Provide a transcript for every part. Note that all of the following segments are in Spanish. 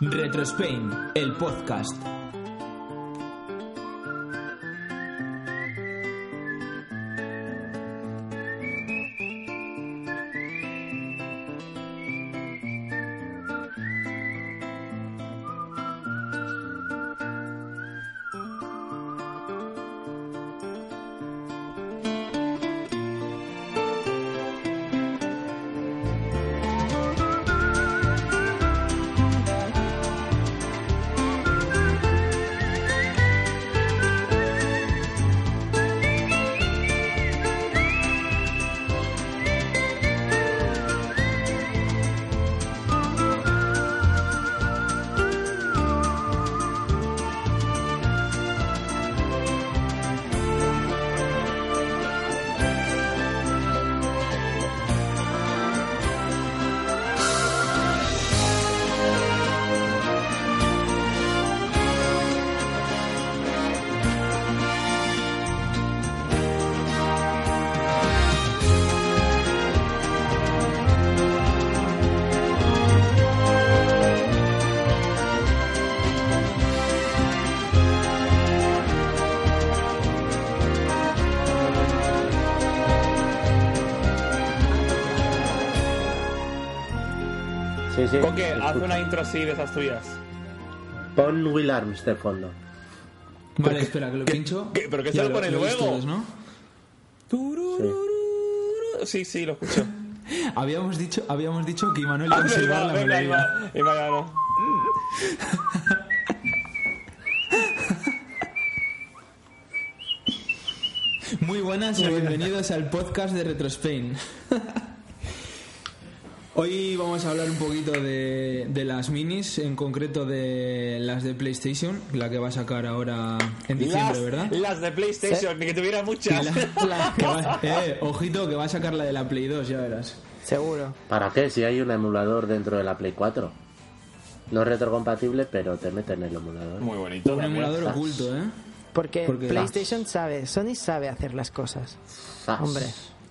Retro Spain, el podcast. Sí, sí. Coque, se haz escucha. una intro así de esas tuyas. Pon Will Arms de fondo. Vale, espera, que lo pincho. qué- pero que Ya se lo pone veis luego. todos, ¿no? Tururururu. Sí, sí, lo escucho. Habíamos dicho, habíamos dicho que Imanuel Ah, conservar la venga, ahí melodía. va, ahí va, ahí va. Muy buenas y bienvenidos al podcast de Retro Spain. Hoy vamos a hablar un poquito de, de las minis, en concreto de las de PlayStation, la que va a sacar ahora en diciembre, Las, ¿verdad? las de PlayStation, ni que tuviera muchas. La- la que va- eh, ojito que va a sacar la de la Play 2, ya verás. Seguro. ¿Para qué? Si hay un emulador dentro de la Play 4. No es retrocompatible, pero te meten el emulador. Muy bonito. Un también. emulador oculto, ¿eh? Porque, Porque- PlayStation sabe, Sony sabe hacer las cosas. Zas. Hombre.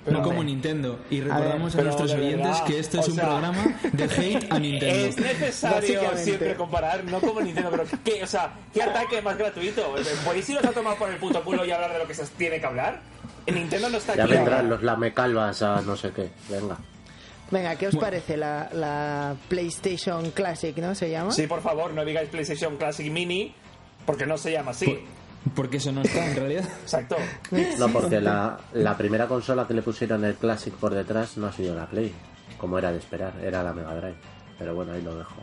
no hombre. como Nintendo. Y recordamos a, pero nuestros de oyentes verdad, que este o es un sea, programa de hate a Nintendo. Es necesario Básicamente. siempre comparar, no como Nintendo, pero ¿qué, o sea, ¿qué ataque más gratuito? ¿Podéis iros a tomar por el puto culo y hablar de lo que se tiene que hablar? El Nintendo no está Ya aquí. vendrán los lamecalvas a no sé qué. Venga. Venga, ¿qué os parece la, la PlayStation Classic, no se llama? Sí, por favor, no digáis PlayStation Classic Mini, porque no se llama así. Porque eso no está en realidad. Exacto. No, porque la, la primera consola que le pusieron el Classic por detrás no ha sido la Play. Como era de esperar, era la Mega Drive. Pero bueno, ahí lo dejo.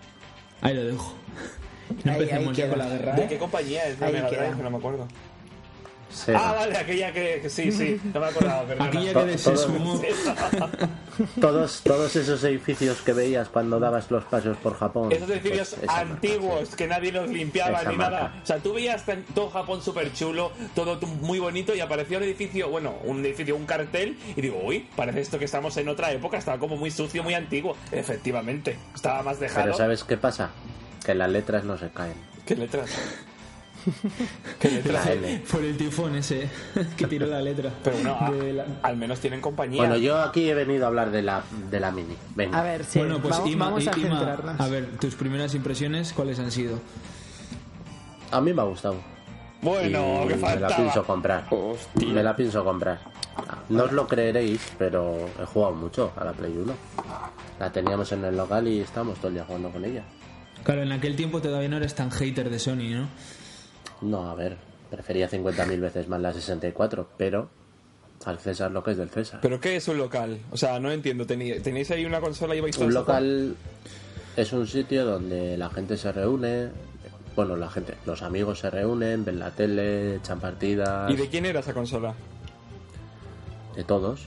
Ahí lo dejo. No Ahí- empecemos ya ahí queda. con la guerra, ¿De ¿eh? qué compañía es la Ahí Mega queda. Drive? No me acuerdo. Sega. Ah, vale, aquella que, que sí, sí, no me acordaba, perdona. Aquella To- que se todo- sumó. Todos, todos esos edificios que veías cuando dabas los pasos por Japón. Esos edificios pues, esa marca, antiguos que nadie los limpiaba Esa ni nada. marca. O sea, tú veías tan- todo Japón súper chulo, todo tu- muy bonito y aparecía un edificio, bueno, un edificio, un cartel y digo, uy, parece esto que estamos en otra época, estaba como muy sucio, muy antiguo. Efectivamente, estaba más sí. dejado. Pero ¿sabes qué pasa? Que las letras no se caen. ¿Qué letras? ¿Qué letras? La L. Por el tifón ese eh, que tiró la letra. Pero ah. no, a- de la- al menos tienen compañía. Bueno, yo aquí he venido a hablar de la, de la mini. Venga. A ver, sí, bueno, pues vamos, Ima, vamos a Ima, centrarnos. a ver, tus primeras impresiones, ¿cuáles han sido? A mí me ha gustado. Bueno, Y que me la faltaba. pienso comprar. Me la pienso comprar. No os lo creeréis, pero he jugado mucho a la Play 1. La teníamos en el local y estamos todo el día jugando con ella. Claro, en aquel tiempo todavía no eres tan hater de Sony, ¿no? No, a ver, prefería 50.000 veces más la 64, pero Al César lo que es del César. ¿Pero qué es un local? O sea, no entiendo. Tení- ¿Tenéis ahí una consola y vais un Pues todos a- local es un sitio donde la gente se reúne. Bueno, la gente, los amigos se reúnen, ven la tele, echan Ah, partidas. ¿Y de quién era esa consola? de todos.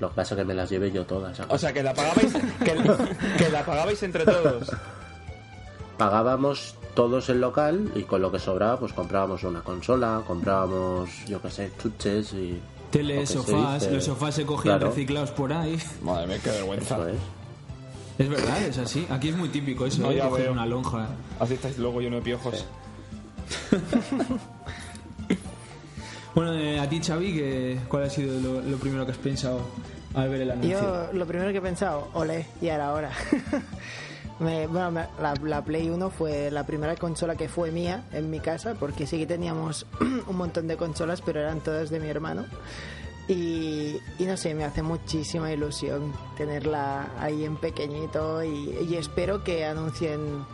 Lo que pasa es que me las llevé yo todas. O sea, que la pagabais, que, que la pagabais entre todos. Pagábamos todos el local y con lo que sobraba, pues comprábamos una consola, comprábamos, yo qué sé, chuches y. lo que Tele, se sofás, dice. los sofás se cogían Claro, reciclados por ahí. Madre mía, qué vergüenza. eso es. Es verdad, es así. Aquí es muy típico eso, No, ¿eh? ya coger veo. una lonja. Así estáis luego lleno de piojos. Bueno, eh, a ti, Xavi, que, ¿cuál ha sido lo, lo primero que has pensado al ver el anuncio? Yo lo primero que he pensado, olé, y ahora hora. Me- bueno, me- la, la Play 1 fue la primera consola que fue mía en mi casa, porque sí que teníamos un montón de consolas, pero eran todas de mi hermano. Y, y no sé, me hace muchísima ilusión tenerla ahí en pequeñito y, y espero que anuncien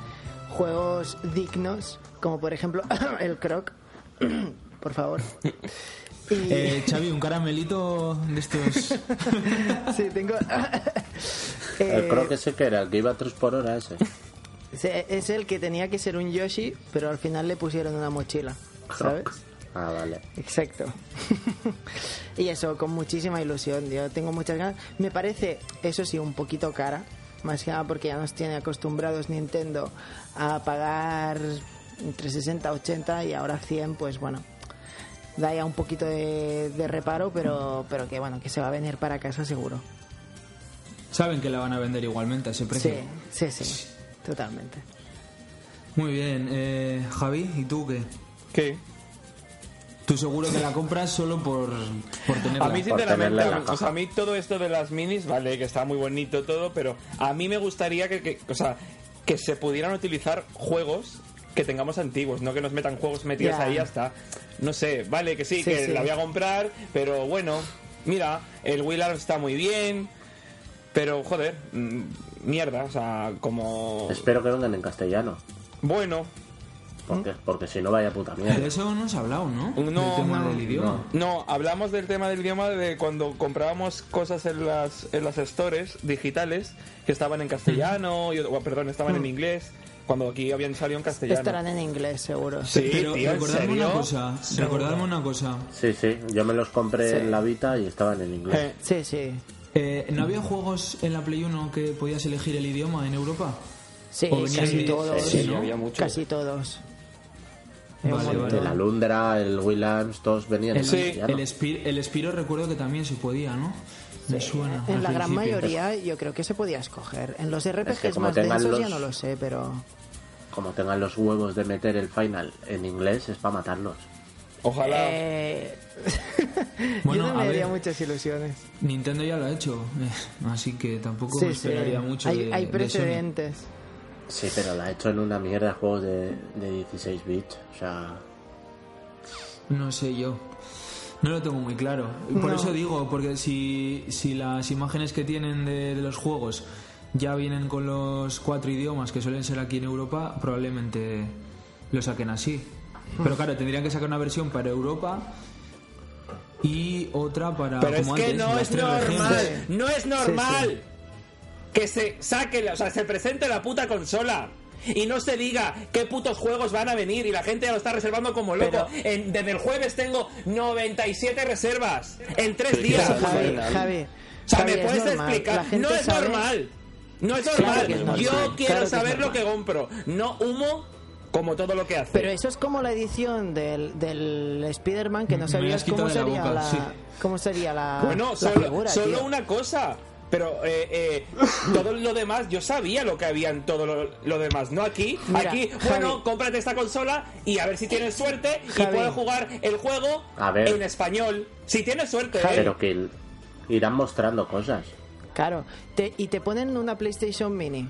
juegos dignos, como por ejemplo el Croc. por favor. Y- Eh, Xavi, un caramelito de estos... sí, tengo. El Eh, croc ese que era, el que iba a 3 por hora ese. se- Es el que tenía que ser un Yoshi, pero al final le pusieron una mochila, ¿sabes? Croc. Ah, vale. Exacto. y eso, con muchísima ilusión, yo tengo muchas ganas. Me parece, eso sí, un poquito cara, más que nada porque ya nos tiene acostumbrados Nintendo a pagar entre 60, 80 y ahora 100, pues bueno. Da ya un poquito de, de reparo, pero, pero que bueno, que se va a venir para casa seguro. Saben que la van a vender igualmente a ese precio. Sí, sí, sí, totalmente. Muy bien. Eh, Javi, ¿y tú qué? ¿Qué? Tú seguro que la compras solo por, por tenerla. A mí Por sinceramente, tenerla en la a mí- o sea, caja. a mí todo esto de las minis, vale, que está muy bonito todo, pero a mí me gustaría que, que- o sea, que se pudieran utilizar juegos que tengamos antiguos, no que nos metan juegos metidos Ya. ahí hasta, no sé, vale, que sí, Sí, que sí. la voy a comprar, pero bueno, mira, el Willard está muy bien, pero joder, mm, mierda, o sea, como... Espero que vengan en castellano. Bueno, Porque, porque si no, vaya puta De mierda. eso no has hablado, ¿no? No, Del tema no, del idioma. No, hablamos del tema del idioma de cuando comprábamos cosas en las, en las stores digitales que estaban en castellano, y- o, perdón, estaban en inglés, cuando aquí habían salido en castellano. Estarán en inglés, seguro. Sí, Pero tío, ¿en recordadme serio? una cosa. Recordadme una cosa. Sí, sí, yo me los compré Sí. en la Vita y estaban en inglés. Eh, Sí, sí. Eh, ¿No había juegos en la Play 1 que podías elegir el idioma en Europa? Sí, O venían casi de- todos. sí, ¿no? había muchos. Casi todos. Vale, El Ah. vale. Alundra, el Willams, todos venían en El, Sí. castellano. el, Spir- el Spiro recuerdo que también se podía, ¿no? Me suena. al En la gran principio. mayoría yo creo que se podía escoger. En los RPGs Es que como más tengan densos ya los- no lo sé, pero... Como tengan los huevos de meter el final en inglés, es para matarlos. Ojalá. Eh, Bueno, yo no a me ver. haría muchas ilusiones. Nintendo ya lo ha hecho, eh, así que tampoco me Sí, sí. esperaría mucho. Hay, de- hay de Sony. precedentes. Sí, pero la he hecho en una mierda de juegos de, de 16 bits. O sea, No sé yo. No lo tengo muy claro. Por No. eso digo, porque si, si las imágenes que tienen de, de los juegos ya vienen con los cuatro idiomas que suelen ser aquí en Europa, probablemente lo saquen así. Pero claro, tendrían que sacar una versión para Europa y otra para... Pero es como que antes, no las es tres regiones. normal, no es normal que se saque, la- o sea, se presente la puta consola. Y no se diga qué putos juegos van a venir y la gente ya lo está reservando como loco. En- desde el jueves tengo 97 reservas en tres días. Pero Javi, Javi, O sea, Javi, ¿me es puedes normal. La explicar? gente No es sabe- normal. No es Claro normal. que es normal. Yo Claro quiero que es saber lo normal. que compro. No humo como todo lo que hace. Pero eso es como la edición del, del Spider-Man que Mm, Me no la has sabías quitado cómo de la sería, boca, la, sí. cómo sería la Bueno, ah, la solo, figura, solo tío. una cosa. Pero eh, eh, todo lo demás, yo sabía lo que había en todo lo, lo demás, ¿no? Aquí, Mira, aquí, Javi. bueno, cómprate esta consola y a ver si tienes suerte y Javi. puedes jugar el juego A ver. en español. Si tienes suerte, ¿eh? pero que il- irán mostrando cosas. Claro, te- y te ponen una PlayStation Mini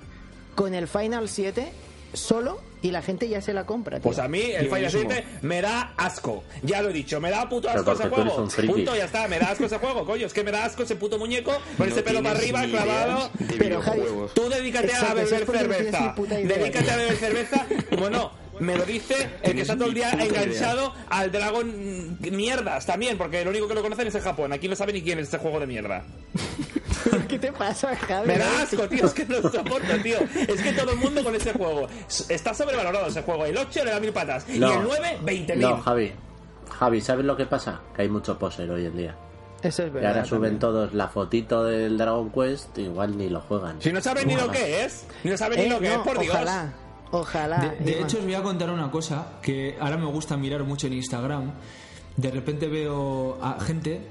con el Final 7 solo y la gente ya se la compra. tío. Pues a mí el Final 7 me da asco. Ya lo he dicho, me da puto Pero asco ese porque tú eres juego. un friki. Punto, ya está, me da asco ese juego, coño. Es que me da asco ese puto muñeco con ese pelo para arriba clavado. Pero, Javi, Tú dedícate Exacto, a eso es beber porque no tienes cerveza. ni puta idea. dedícate a beber cerveza. Bueno, Me lo dice el que está todo el día enganchado al Dragon Mierdas también, porque lo único que lo conocen es en Japón. Aquí no sabe ni quién es este juego de mierda. ¿Qué te pasa, Javi? Me da asco, tío. Es que no soporto, tío. Es que todo el mundo con ese juego. S- Está sobrevalorado ese juego. El 8 le da mil patas. No. Y el 9, 20 mil. No, Javi. Javi, ¿sabes lo que pasa? Que hay mucho poser hoy en día. Eso es Pues Y verdad. ahora suben también. todos la fotito del Dragon Quest, igual ni lo juegan. Si no saben ni lo que es. Ni no saben ni Eh, lo que no, es, por Dios. Ojalá, ojalá. De, de Iván. hecho, os voy a contar una cosa que ahora me gusta mirar mucho en Instagram. De repente veo a gente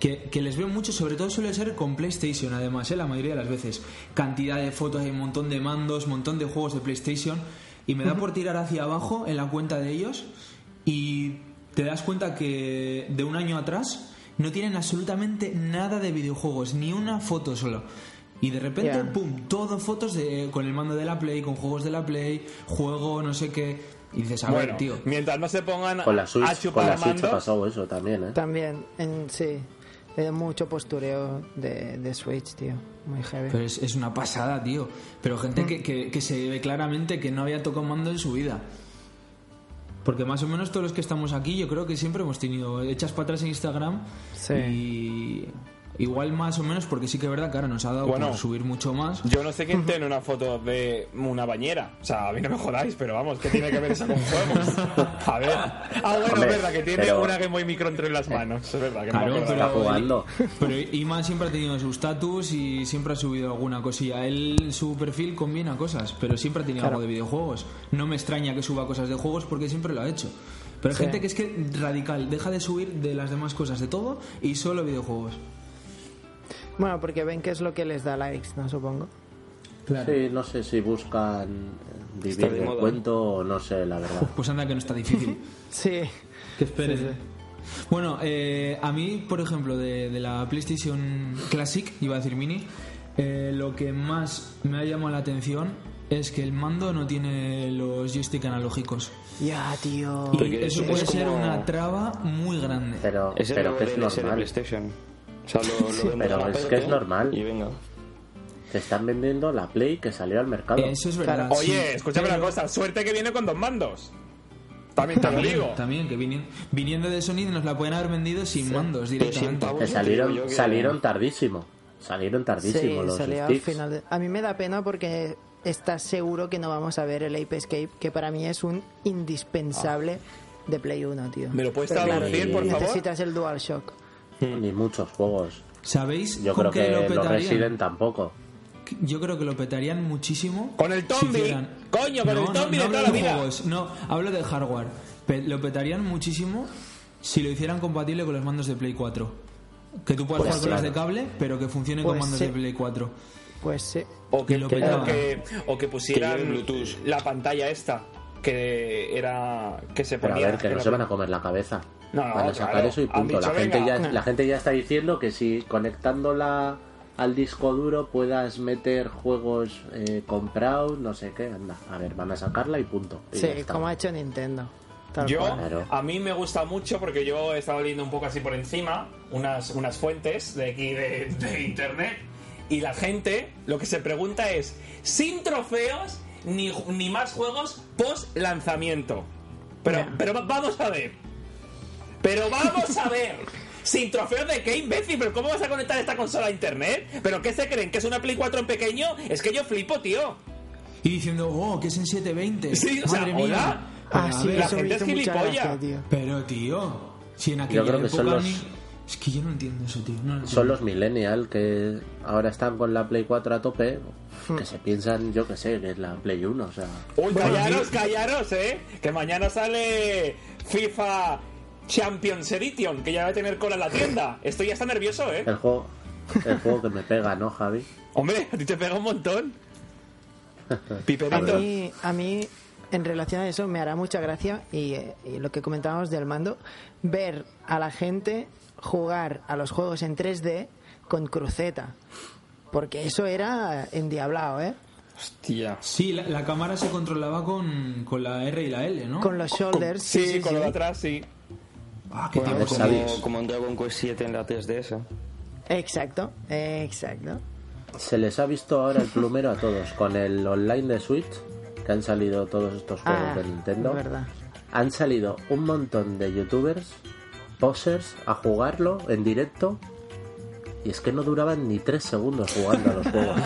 que, que les veo mucho, sobre todo suele ser con PlayStation, además, ¿eh? la mayoría de las veces. Cantidad de fotos, hay un montón de mandos, un montón de juegos de PlayStation. Y me da por tirar hacia abajo en la cuenta de ellos y te das cuenta que de un año atrás no tienen absolutamente nada de videojuegos, ni una foto solo. Y de repente, Ya. pum, todo fotos de, con el mando de la Play, con juegos de la Play, juego, no sé qué. Y dices, a Bueno, ver, tío. mientras no se pongan Con la a Switch, con chupar la Switch ha mandos, pasado eso también, ¿eh? También, en, sí. Eh, mucho postureo de, de Switch, tío. Muy heavy. Pero es, es una pasada, tío. Pero gente que, que- que se ve claramente que no había tocado un mando en su vida. Porque más o menos todos los que estamos aquí, yo creo que siempre hemos tenido hechas para atrás en Instagram. Sí. Y igual más o menos, porque sí que es verdad que ahora nos ha dado Bueno. por subir mucho más. Yo no sé quién tiene una foto de una bañera. O sea, a mí no me jodáis, pero vamos, ¿qué tiene que ver eso con juegos? A ver. Ah, bueno, Hombre, es verdad que tiene pero- Eh, una Game Boy Micro entre las manos. Es verdad que no me Claro, acordaba. pero, Está jugando. pero Iman siempre ha tenido su status y siempre ha subido alguna cosilla. Él, su perfil combina cosas, pero siempre ha tenido Claro. algo de videojuegos. No me extraña que suba cosas de juegos porque siempre lo ha hecho. Pero hay Sí. gente que es que radical, deja de subir de las demás cosas, de todo y solo videojuegos. Bueno, porque ven que es lo que les da likes, ¿no? Supongo. Sí, no sé si buscan Está vivir de del moda. cuento o no sé, la verdad. Pues anda que no está difícil. Sí. que esperes. eh. Sí, Bueno, eh, a mí, por ejemplo, de, de la PlayStation Classic, iba a decir mini, eh, lo que más me ha llamado la atención es que el mando no tiene los joystick analógicos. Ya, tío. Y Porque eso es- puede es ser como- una traba muy grande. Pero, Es el pero que es nuevo DLC de normal. PlayStation. O sea, lo, lo vemos pero en la es que es PRT, normal. Y venga. Te están vendiendo la Play que salió al mercado. Eso es verdad. Oye, sí. escúchame Pero- una cosa. Suerte que viene con dos mandos. También te lo digo. También, también, que vinin- viniendo de Sony nos la pueden haber vendido sin mandos Pero sin directamente. pavos. Que salieron, Yo creo que- salieron tardísimo. Salieron tardísimo Sí, los salió al sticks. final. de- A mí me da pena porque estás seguro que no vamos a ver el Ape Escape, que para mí es un indispensable Ah. de Play 1, tío. ¿Me lo puedes Pero claro, traducir, por favor? Necesitas el DualShock. Ni muchos juegos. ¿Sabéis Yo con creo qué que lo los petarían? Resident tampoco. Yo creo que lo petarían muchísimo. Con el Tombi. hicieran- Coño, con el Tombi de hablo toda la vida. juegos, no, hablo del hardware. Pe- lo petarían muchísimo si lo hicieran compatible con los mandos de Play 4. Que tú puedas Pues jugar con los de claro. cable, pero que funcione con Pues mandos sí. de Play 4. Pues sí. Oh, O que, Y lo que- petaba. o que- o que pusieran Que lleve Bluetooth. la pantalla esta. Que era. Que se Pero a ponía. ver, que no se van a comer la cabeza. No, no, van a sacar claro. eso y Han punto. dicho, la, gente "Venga". ya, la gente ya está diciendo que si conectándola al disco duro puedas meter juegos eh, comprados, no sé qué. Anda, a ver, van a sacarla y punto. Y ya Sí, está. como ha hecho Nintendo. Tal Yo, cual. Claro. a mí me gusta mucho porque yo he estado leyendo un poco así por encima unas, unas fuentes de aquí de, de internet y la gente lo que se pregunta es, sin trofeos ni, ju- ni más juegos post lanzamiento. Pero, Ya. pero va- vamos a ver. Pero vamos a ver. Sin trofeos de qué imbécil, pero ¿cómo vas a conectar esta consola a internet? ¿Pero qué se creen? ¿Que es una Play 4 en pequeño? Es que yo flipo, tío. Y diciendo, oh, que es en 720. Sí, o sea, Madre hola. mía. Pero, Ah, a sí, ver, la eso me gente hizo es mucha gilipollas. gracia, tío. pero, tío, si en aquella Yo creo que época son los- ni- Es que yo no entiendo eso, tío. no lo Son entiendo. los millennial que ahora están con la Play 4 a tope, que se piensan, yo que sé, que es la Play 1, o sea... Uy, callaros, callaros, eh. Que mañana sale FIFA Champions Edition, que ya va a tener cola en la tienda. Estoy ya está nervioso, eh. El juego, el juego que me pega, ¿no, Javi? Hombre, a ti te pega un montón. A Piperito. mí, a mí, en relación a eso, me hará mucha gracia y, eh, y lo que comentábamos del mando, ver a la gente jugar a los juegos en 3D con cruceta. Porque eso era endiablado, ¿eh? Hostia. Sí, la, la cámara se controlaba con, con la R y la L, ¿no? Con los shoulders. Sí, con lo de atrás, sí. Ah, qué Bueno, Vamos, como, Sadis. como en Dragon Quest 7 en la 3DS. Exacto, exacto. Se les ha visto ahora el plumero a todos con el online de Switch. que han salido todos estos juegos Ah, de Nintendo, es verdad. han salido un montón de youtubers, posers, a jugarlo en directo. Y es que no duraban ni tres segundos jugando a los juegos.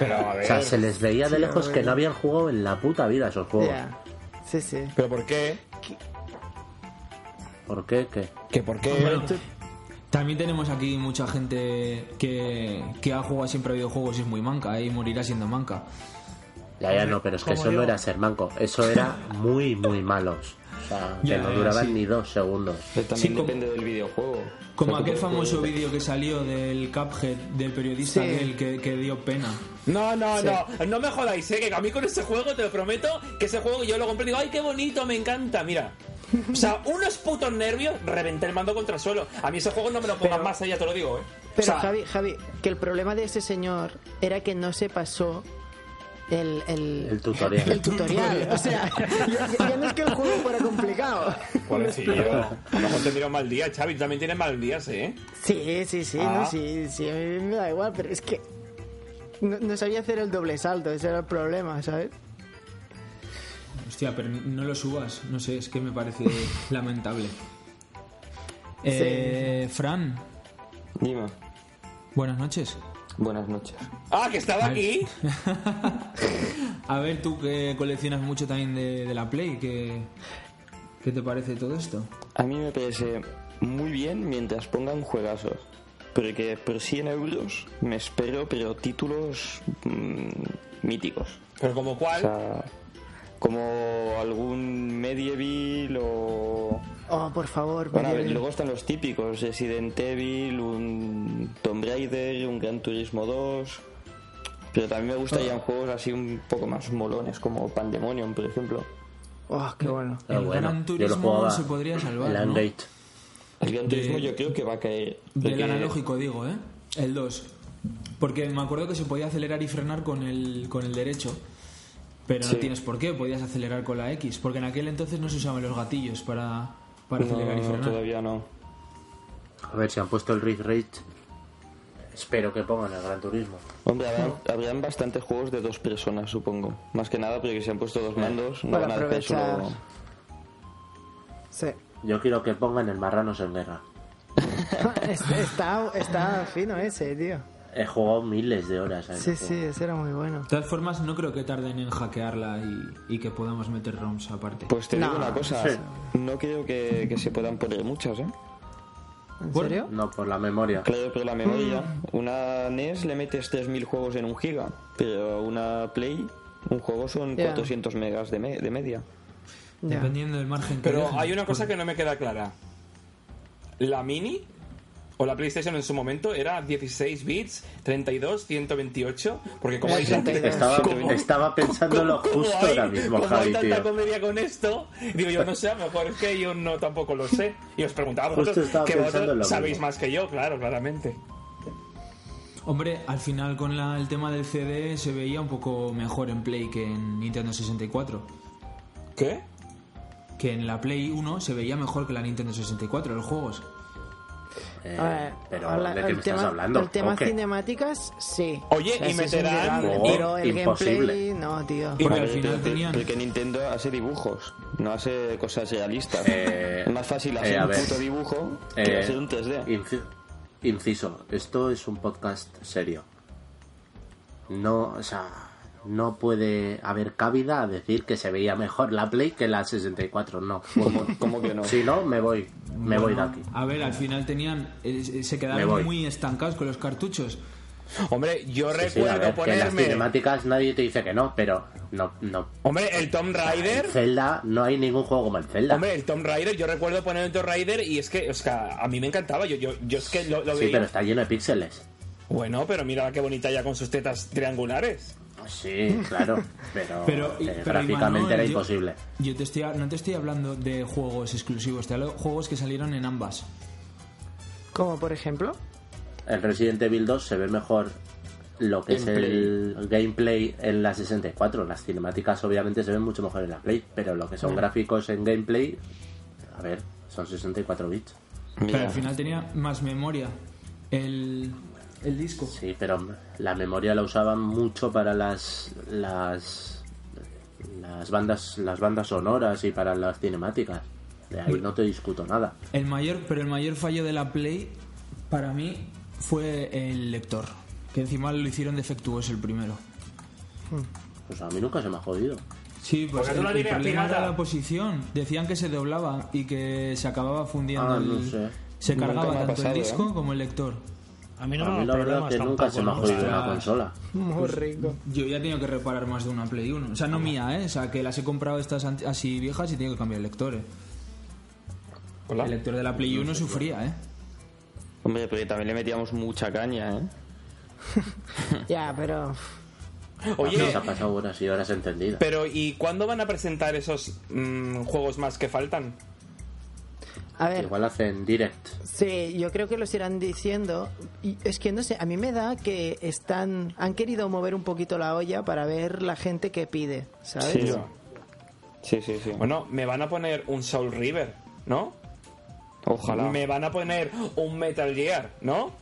Pero a O ver. sea, se les veía de Sí, lejos que hombre. no habían jugado en la puta vida esos juegos. Ya. Sí, sí. ¿Pero por qué? ¿Por qué? ¿Qué? ¿Que por qué? Bueno, también tenemos aquí mucha gente que, que ha jugado siempre a videojuegos y es muy manca y morirá siendo manca. Ya, ya no, pero es que Como eso yo. no era ser manco. Eso era muy, muy malos. O sea, que Ya, no ya, duraban sí. ni dos segundos. Pero también Sí, como- depende del videojuego. Como O sea, aquel tú- famoso vídeo que salió del Cuphead, del periodista Sí. aquel que, que dio pena. No, no, no, no me jodáis, ¿eh? que a mí con ese juego te lo prometo que ese juego yo lo compré y digo, ay, qué bonito, me encanta, mira. O sea, unos putos nervios, reventé el mando contra el suelo. A mí ese juego no me lo pongan Pero- más allá, te lo digo, ¿eh? Pero o sea, Javi, Javi, que el problema de ese señor era que no se pasó el, el, El tutorial. el tutorial. O sea, ya, ya no es que el juego fuera complicado. pobrecillo. A lo mejor tendría un mal día, Xavi, tú también tienes mal días, ¿eh? Sí, sí, sí, Ah. no, sí, sí, a mí me da igual, pero es que no, no sabía hacer el doble salto, ese era el problema, ¿sabes? Hostia, pero no lo subas, no sé, es que me parece lamentable. Eh, Fran, Dime. buenas noches. Buenas noches. Ah, que estaba aquí. A ver, tú que coleccionas mucho también de, de la Play, ¿qué, ¿qué te parece todo esto? A mí me parece muy bien mientras pongan juegazos. Porque por 100 euros me espero, pero títulos mm, míticos. Pero como O cuál. sea, como algún Medieval o... Oh, por favor, Bueno, a ver, Miguel. luego están los típicos, Resident Evil, un Tomb Raider, un Gran Turismo 2, pero también me Ah. gustarían juegos así un poco más molones, como Pandemonium, por ejemplo. Oh, qué bueno. Pero El bueno, Gran yo lo Turismo jugaba se podría salvar, El ¿no? Andate. El Gran De- Turismo yo creo que va a caer. Del porque- analógico, digo, ¿eh? El 2. Porque me acuerdo que se podía acelerar y frenar con el, con el derecho. Pero Sí. no tienes por qué, podías acelerar con la X. Porque en aquel entonces no se usaban los gatillos para, para acelerar y No, frenar. todavía no. A ver si han puesto el Rift Rage. Espero que pongan el Gran Turismo. Hombre, habrán, habrán bastantes juegos de dos personas, supongo. Más que nada porque se han puesto dos mandos, no Para van a dejar aprovechar. solo... Sí. Yo quiero que pongan el Marranos en Guerra. Este está, está fino ese, tío. He jugado miles de horas. a Sí, ese sí, juego. ese era muy bueno. De todas formas, no creo que tarden en hackearla y, y que podamos meter ROMs aparte. Pues te digo No, una cosa, sí. no creo que, que se puedan poner muchas, ¿eh? ¿En Bueno, serio? No, por la memoria. Claro, pero la memoria. Una NES le metes 3.000 juegos en un giga, pero una Play, un juego son Ya. 400 megas de, me- de media. Ya. Dependiendo del margen que Pero dejen. hay una cosa que no me queda clara. La mini o la PlayStation en su momento era 16 bits, 32, 128, porque como hay tanta- 32. Estaba, ¿Cómo? estaba pensándolo ¿Cómo justo hay- ahora mismo, cómo Javi, hay tanta tío. comedia con esto? Digo, yo no sé, a lo mejor es que yo no tampoco lo sé. Y os preguntaba Justo vosotros, estaba que pensando en lo vosotros sabéis mismo. más que yo, claro, claramente. Hombre, al final con la- el tema del CD se veía un poco mejor en Play que en Nintendo 64. ¿Qué? Que en la Play 1 se veía mejor que la Nintendo 64, los juegos. Eh, A ver, pero, habla- ¿de qué el me tema- estás hablando? El tema ¿O qué? cinemáticas, sí. Oye, y Eso es meterán- innegable, No, Pero el imposible. gameplay, no, tío. Porque Pero al final porque- tenían... Porque Nintendo hace dibujos, no hace cosas realistas. Eh, es más fácil eh, hacer a un ver. puto dibujo que Eh, hacer un 3D. inci- inciso, esto es un podcast serio. No, o sea, no puede haber cabida a decir que se veía mejor la Play que la 64, no. Como, como que no. Si no, me voy, me voy de aquí. A ver, al final tenían... eh, se Me quedaron voy. muy estancados con los cartuchos. Hombre, yo Sí, sí, a ver, recuerdo que las ponerme... cinemáticas nadie te dice que no, pero no, no. Hombre, el Tomb Raider... Zelda, no hay ningún juego como el Zelda. Hombre, el Tomb Raider, yo recuerdo poner el Tomb Raider y es que, o sea, a mí me encantaba. Yo, yo, yo es que lo, lo sí, veía. pero está lleno de píxeles. Bueno, pero mira qué bonita ya con sus tetas triangulares. Pues Sí, claro, pero, Pero, y- eh, pero, gráficamente Imanol, era yo- imposible. Yo te estoy, no te estoy hablando de juegos exclusivos, te hablo de juegos que salieron en ambas. Como por ejemplo, El Resident Evil 2 se ve mejor lo que es el gameplay en la 64. Las cinemáticas obviamente se ven mucho mejor en la Play, pero lo que Mm. son gráficos en gameplay, a ver, son 64 bits. Mira, Pero al final tenía más memoria el, el disco. Sí, pero la memoria la usaban mucho para las las las bandas, las bandas sonoras y para las cinemáticas. De ahí no te discuto nada. El mayor, pero el mayor fallo de la Play para mí fue el lector, que encima lo hicieron defectuoso el primero. Pues a mí nunca se me ha jodido. Sí, pues Porque tú el, la el tenías problema pirata. era la posición. Decían que se doblaba y que se acababa fundiendo. Ah, no el- sé. Se Nunca cargaba me ha tanto pasado, el disco ¿eh? como el lector. A mí no a me mí dan la verdad problemas que nunca tampoco, se me ha ¿no? jodido Ostras. una consola. Muy rico. Yo ya he tenido que reparar más de una Play 1. O sea, no mía, ¿eh? O sea, que las he comprado estas anti- así viejas y tengo que cambiar el lector, ¿eh? Hola. El lector de la Play 1 sufría, ¿eh? Hombre, porque también le metíamos mucha caña, ¿eh? Ya, pero. Oye, se ha pasado horas y horas entendidas. pero ¿y cuándo van a presentar esos mm, juegos más que faltan? A ver, Igual hacen direct. Sí, yo creo que los irán diciendo. Y es que no sé, a mí me da que están, han querido mover un poquito la olla para ver la gente que pide, ¿sabes? Sí, sí, sí. sí. Bueno, me van a poner un Soul River, ¿no? Ojalá. Me van a poner un Metal Gear, ¿no?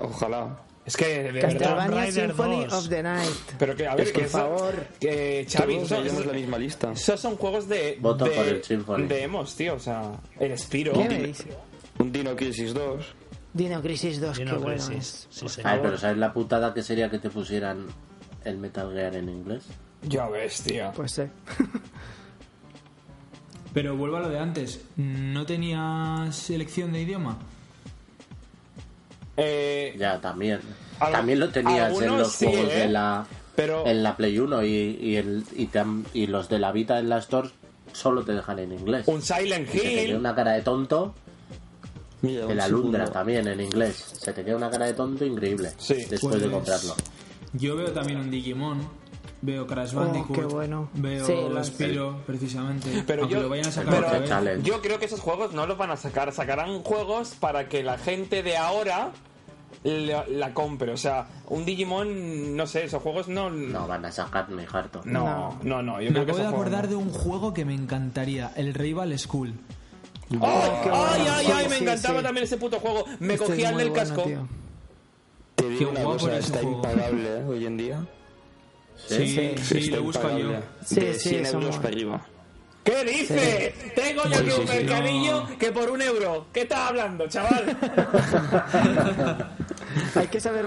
Ojalá. Es que de verdad. Tomb Castlevania Rider Symphony 2. of the Night. Pero que, a ver, Es que, que por eso- favor. Que Xavi, Todos eso- tenemos eso- la misma lista. esos son juegos de. Voto de, por el Symphony. de emos, tío. O sea, el Spiro. ¿Qué me dice? Un Dino Crisis 2. Dino Crisis 2, Dino qué bueno es. Crisis. Sí, señor. Ay, pero ¿sabes la putada que sería que te pusieran el Metal Gear en inglés? Ya ves, tío. Pues sí. Pero vuelvo a lo de antes. ¿No tenías selección de idioma? Eh, Ya, también. Al- También lo tenías en algunos los sí, juegos ¿eh? de la Pero- en la Play 1 y, y, el- y, te han- y los de la Vita en la Store solo te dejan en inglés. un Silent Se te queda Hill. una cara de tonto. Mira, un El Alundra segundo. también en inglés. Se te queda una cara de tonto increíble Sí. después de Pues, comprarlo. Yo veo también un Digimon. Veo Crash Bandicoot. Oh, qué bueno. Veo Sí, lo- Spiro, precisamente. Pero Aunque yo- lo vayan a sacar pero- otra vez. Chale. Yo creo que esos juegos no los van a sacar. Sacarán juegos para que la gente de ahora la, la compre. O sea, un Digimon, no sé, esos juegos no. No, No van a sacarme harto. no, no. Me yo creo que acabo de esos juegos acordar no. de un juego que me encantaría, el Rival School. ¡Ay, Oh, qué ¡Oh! ay, bueno. ay! Sí, ay, me sí, encantaba sí. también ese puto juego. Me Este es cogían muy del bueno, casco. tío. Te digo Qué una guapo cosa, era ese está juego. impagable ¿eh? hoy en día. Sí, sí, Está lo busco yo. impagable. Sí, de sí, 100 euros somos- para arriba. ¿Qué dice? Tengo yo aquí sí, un sí. mercadillo que por un euro. ¿Qué estás hablando, chaval? Hay que saber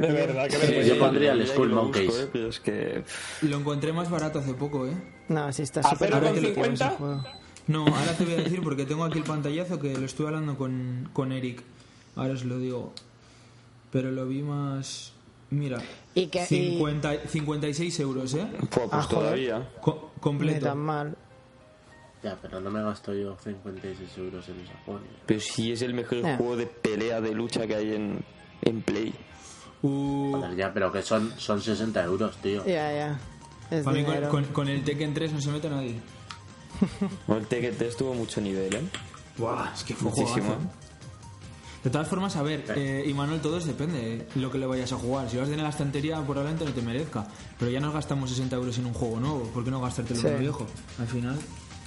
De tío. verdad, que Pues Yo me pondría el Mira que Skull lo Monkeys. busco, ¿eh? Pero es que... Lo encontré más barato hace poco, ¿eh? No, sí está ¿A súper cero con divertido ese 50? juego. No, ahora te voy a decir porque tengo aquí el pantallazo que lo estuve hablando con, con Eric. Ahora os lo digo. Pero lo vi más... Mira, Y que- y- 50 56 euros, ¿eh? Pues, Ah, joder. todavía. Co- Ni tan completo. mal. Ya, pero no me gasto yo 56 euros en esa juego. Pero si es el mejor Eh. Ah. juego de pelea, de lucha que hay en, en Play. Uh, Joder, ya, pero que son, son 60 euros, tío. Ya, ya. Es para mí con, dinero. con- con el Tekken 3 no se mete nadie. Bueno, el Tekken 3 tuvo mucho nivel, ¿eh? Buah, es que fue un Muchísimo. juegazo. ¿eh? De todas formas, a ver, eh, y Manuel, todo es depende de lo que le vayas a jugar. Si vas a tener la estantería, probablemente no te merezca. Pero ya nos gastamos 60 euros en un juego nuevo. ¿Por qué no gastártelo en Sí. un viejo? Al final.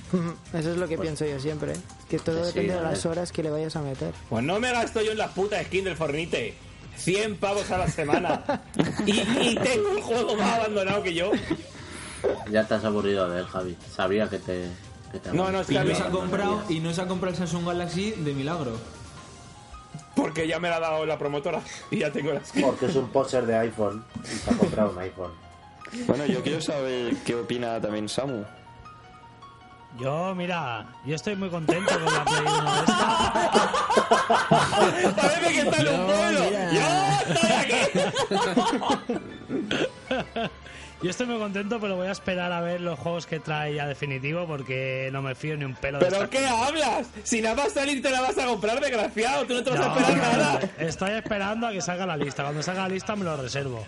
Eso es lo que pienso yo siempre. ¿eh? Que todo Sí, depende de a ver. las horas que le vayas a meter. Pues no me gasto yo en las putas skin del Fornite. 100 pavos a la semana. y, y tengo un juego más abandonado que yo. Ya te has aburrido de él, Javi. Sabía que te. que te No, no, es Y que a mí no abandonarías. se ha comprado, y no se ha comprado el Samsung Galaxy de milagro. Porque ya me la ha dado la promotora. Y ya tengo la skin. Porque es un póster de iPhone y se ha comprado un iPhone. Bueno, yo quiero saber qué opina también Samu. Yo, mira, yo estoy muy contento con la Play 1 esta. Parece que está en un pueblo. ¡Yo estoy aquí! Yo estoy muy contento, pero voy a esperar a ver los juegos que trae ya definitivo porque no me fío ni un pelo de ¿Pero esta qué hablas? Si nada más salir te la vas a comprar, desgraciado. Tú no te vas a No, esperar nada. Estoy esperando a que salga la lista. Cuando salga la lista me lo reservo.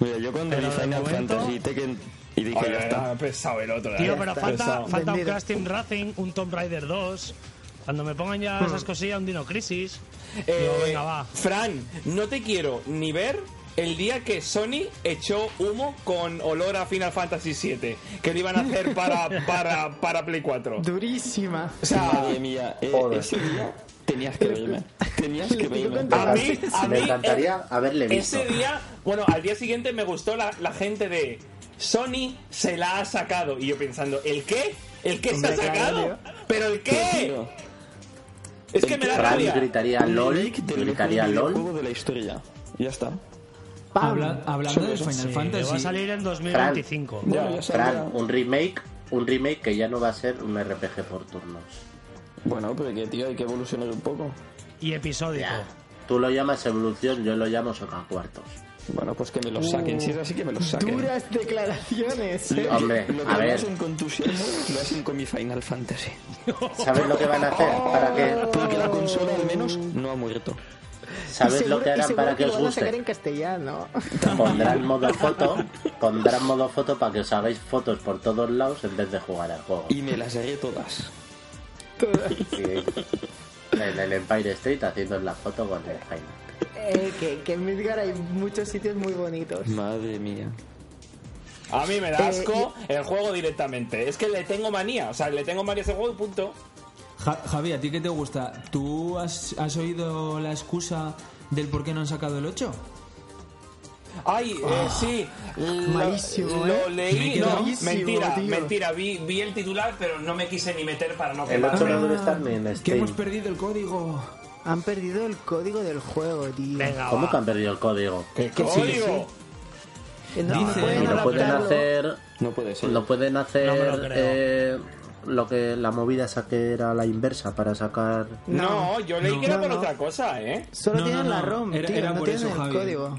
Mira, yo cuando Pero vi de Final momento- Fantasy y Tekken y dije, ya está. pesado el otro. Tío, pero falta, falta un Vendido. Casting Racing, un Tomb Raider 2. Cuando me pongan ya esas cosillas, un Dino Crisis. Eh, digo, venga, va. Fran, no te quiero ni ver el día que Sony echó humo con olor a Final Fantasy VII, que lo iban a hacer para, para, para Play 4. Durísima. O sea, Madre mía, eh, Joder. ese día tenías que verme. Tenías que Les digo verme. con a mí, a Me mí, encantaría eh, haberle visto. Ese día, bueno, al día siguiente me gustó la, la gente de. Sony se la ha sacado. Y yo pensando, ¿el qué? ¿El qué se Hombre, ha claro, sacado? tío. ¿Pero el qué? Tío, Es que me da Fran rabia. gritaría el LOL, leak del gritaría mejor LOL. videojuego de la historia. Ya está. Pablo. Habla- hablando de Final Sí, que va a Fantasy. salir en 2025. Ya, Bueno, ya Fran, saldrá. un remake, un remake que ya no va a ser un RPG por turnos. Bueno, pero que tío, hay que evolucionar un poco. Y episódico. Ya. Tú lo llamas evolución, yo lo llamo soca cuartos. Bueno, pues que me lo saquen. Si es así, que me lo saquen. Duras declaraciones. ¿eh? Lo- Hombre, lo que a no ver. hacen con tus hijos, lo hacen con mi Final Fantasy. ¿Sabes lo que van a hacer para que Porque la consola al menos no ha muerto. Y sabes seguro- lo que y harán seguro para que lo os van a sacar en guste? castellano. Pondrán modo foto, pondrán modo foto para que os hagáis fotos por todos lados en vez de jugar al juego. Y me las haré todas. Y en el Empire State haciendo la foto con el Jaime. Eh, que, que en Midgar hay muchos sitios muy bonitos. Madre mía. A mí me da asco el juego directamente. Es que le tengo manía. O sea, le tengo manía a ese juego y punto. Ja- Javi, ¿a ti qué te gusta? ¿Tú has, has oído la excusa del por qué no han sacado el 8? Ay, eh, sí. Lo, Ah. malísimo, lo ¿eh? leí. no, Malísimo, mentira, tío. mentira. Vi, vi el titular, pero no me quise ni meter para no El Ah, 8 no quemarme. debe estar ni en Que hemos Steam. perdido el código. Han perdido el código del juego, tío. Venga, ¿Cómo va. que han perdido el código? ¿Qué Que sí, que sí. código? Que No, Dice- Y pueden lo pueden adaptarlo. hacer No puede ser. lo pueden hacer No me lo creo. eh, lo que la movida esa que era la inversa para sacar No, No, yo leí que no, era por no. otra cosa, ¿eh? Solo No, tienen no, la no. ROM, Era- tío, era no por tienen eso, el Javi. código.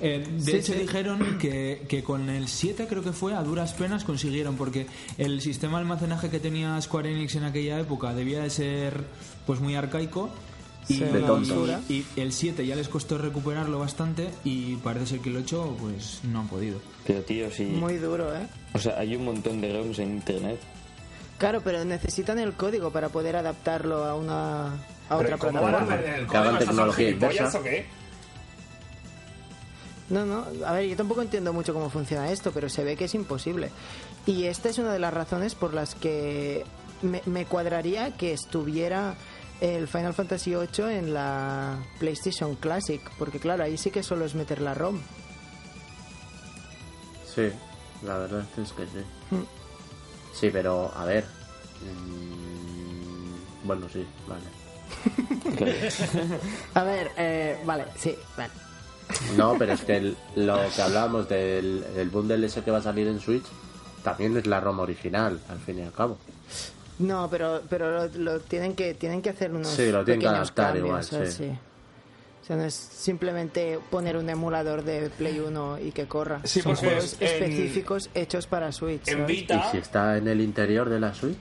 Eh, de Sí, hecho sí. dijeron que, que con el 7 creo que fue a duras penas consiguieron porque el sistema de almacenaje que tenía Square Enix en aquella época debía de ser pues muy arcaico y, Sí, de tontos. y el 7 ya les costó recuperarlo bastante y parece ser que el 8 pues no han podido. Pero tío, sí. Muy duro, ¿eh? O sea, hay un montón de ROMs en internet. Claro, pero necesitan el código para poder adaptarlo a una a otra Pero ¿Cómo van a plataforma. perder el Que hagan código? ¿Estos son tecnología gilipollas inversa. o qué? No, no, a ver, yo tampoco entiendo mucho cómo funciona esto, pero se ve que es imposible. Y esta es una de las razones por las que me, me cuadraría que estuviera el Final Fantasy VIII en la PlayStation Classic, porque claro, ahí sí que solo es meter la ROM. sí la verdad es que sí sí pero a ver mm, bueno sí vale A ver, eh, vale, sí, vale. no pero es que el- lo que hablábamos del el bundle ese que va a salir en Switch también es la ROM original al fin y al cabo No, pero, pero lo, lo tienen que tienen que hacer unos Sí, lo tienen que pequeños adaptar cambios, igual, ¿eh? sí. O sea, no es simplemente poner un emulador de Play 1 y que corra. Sí, Son porque juegos en- específicos hechos para Switch. En ¿sabes? y Vita, si está en el interior de la Switch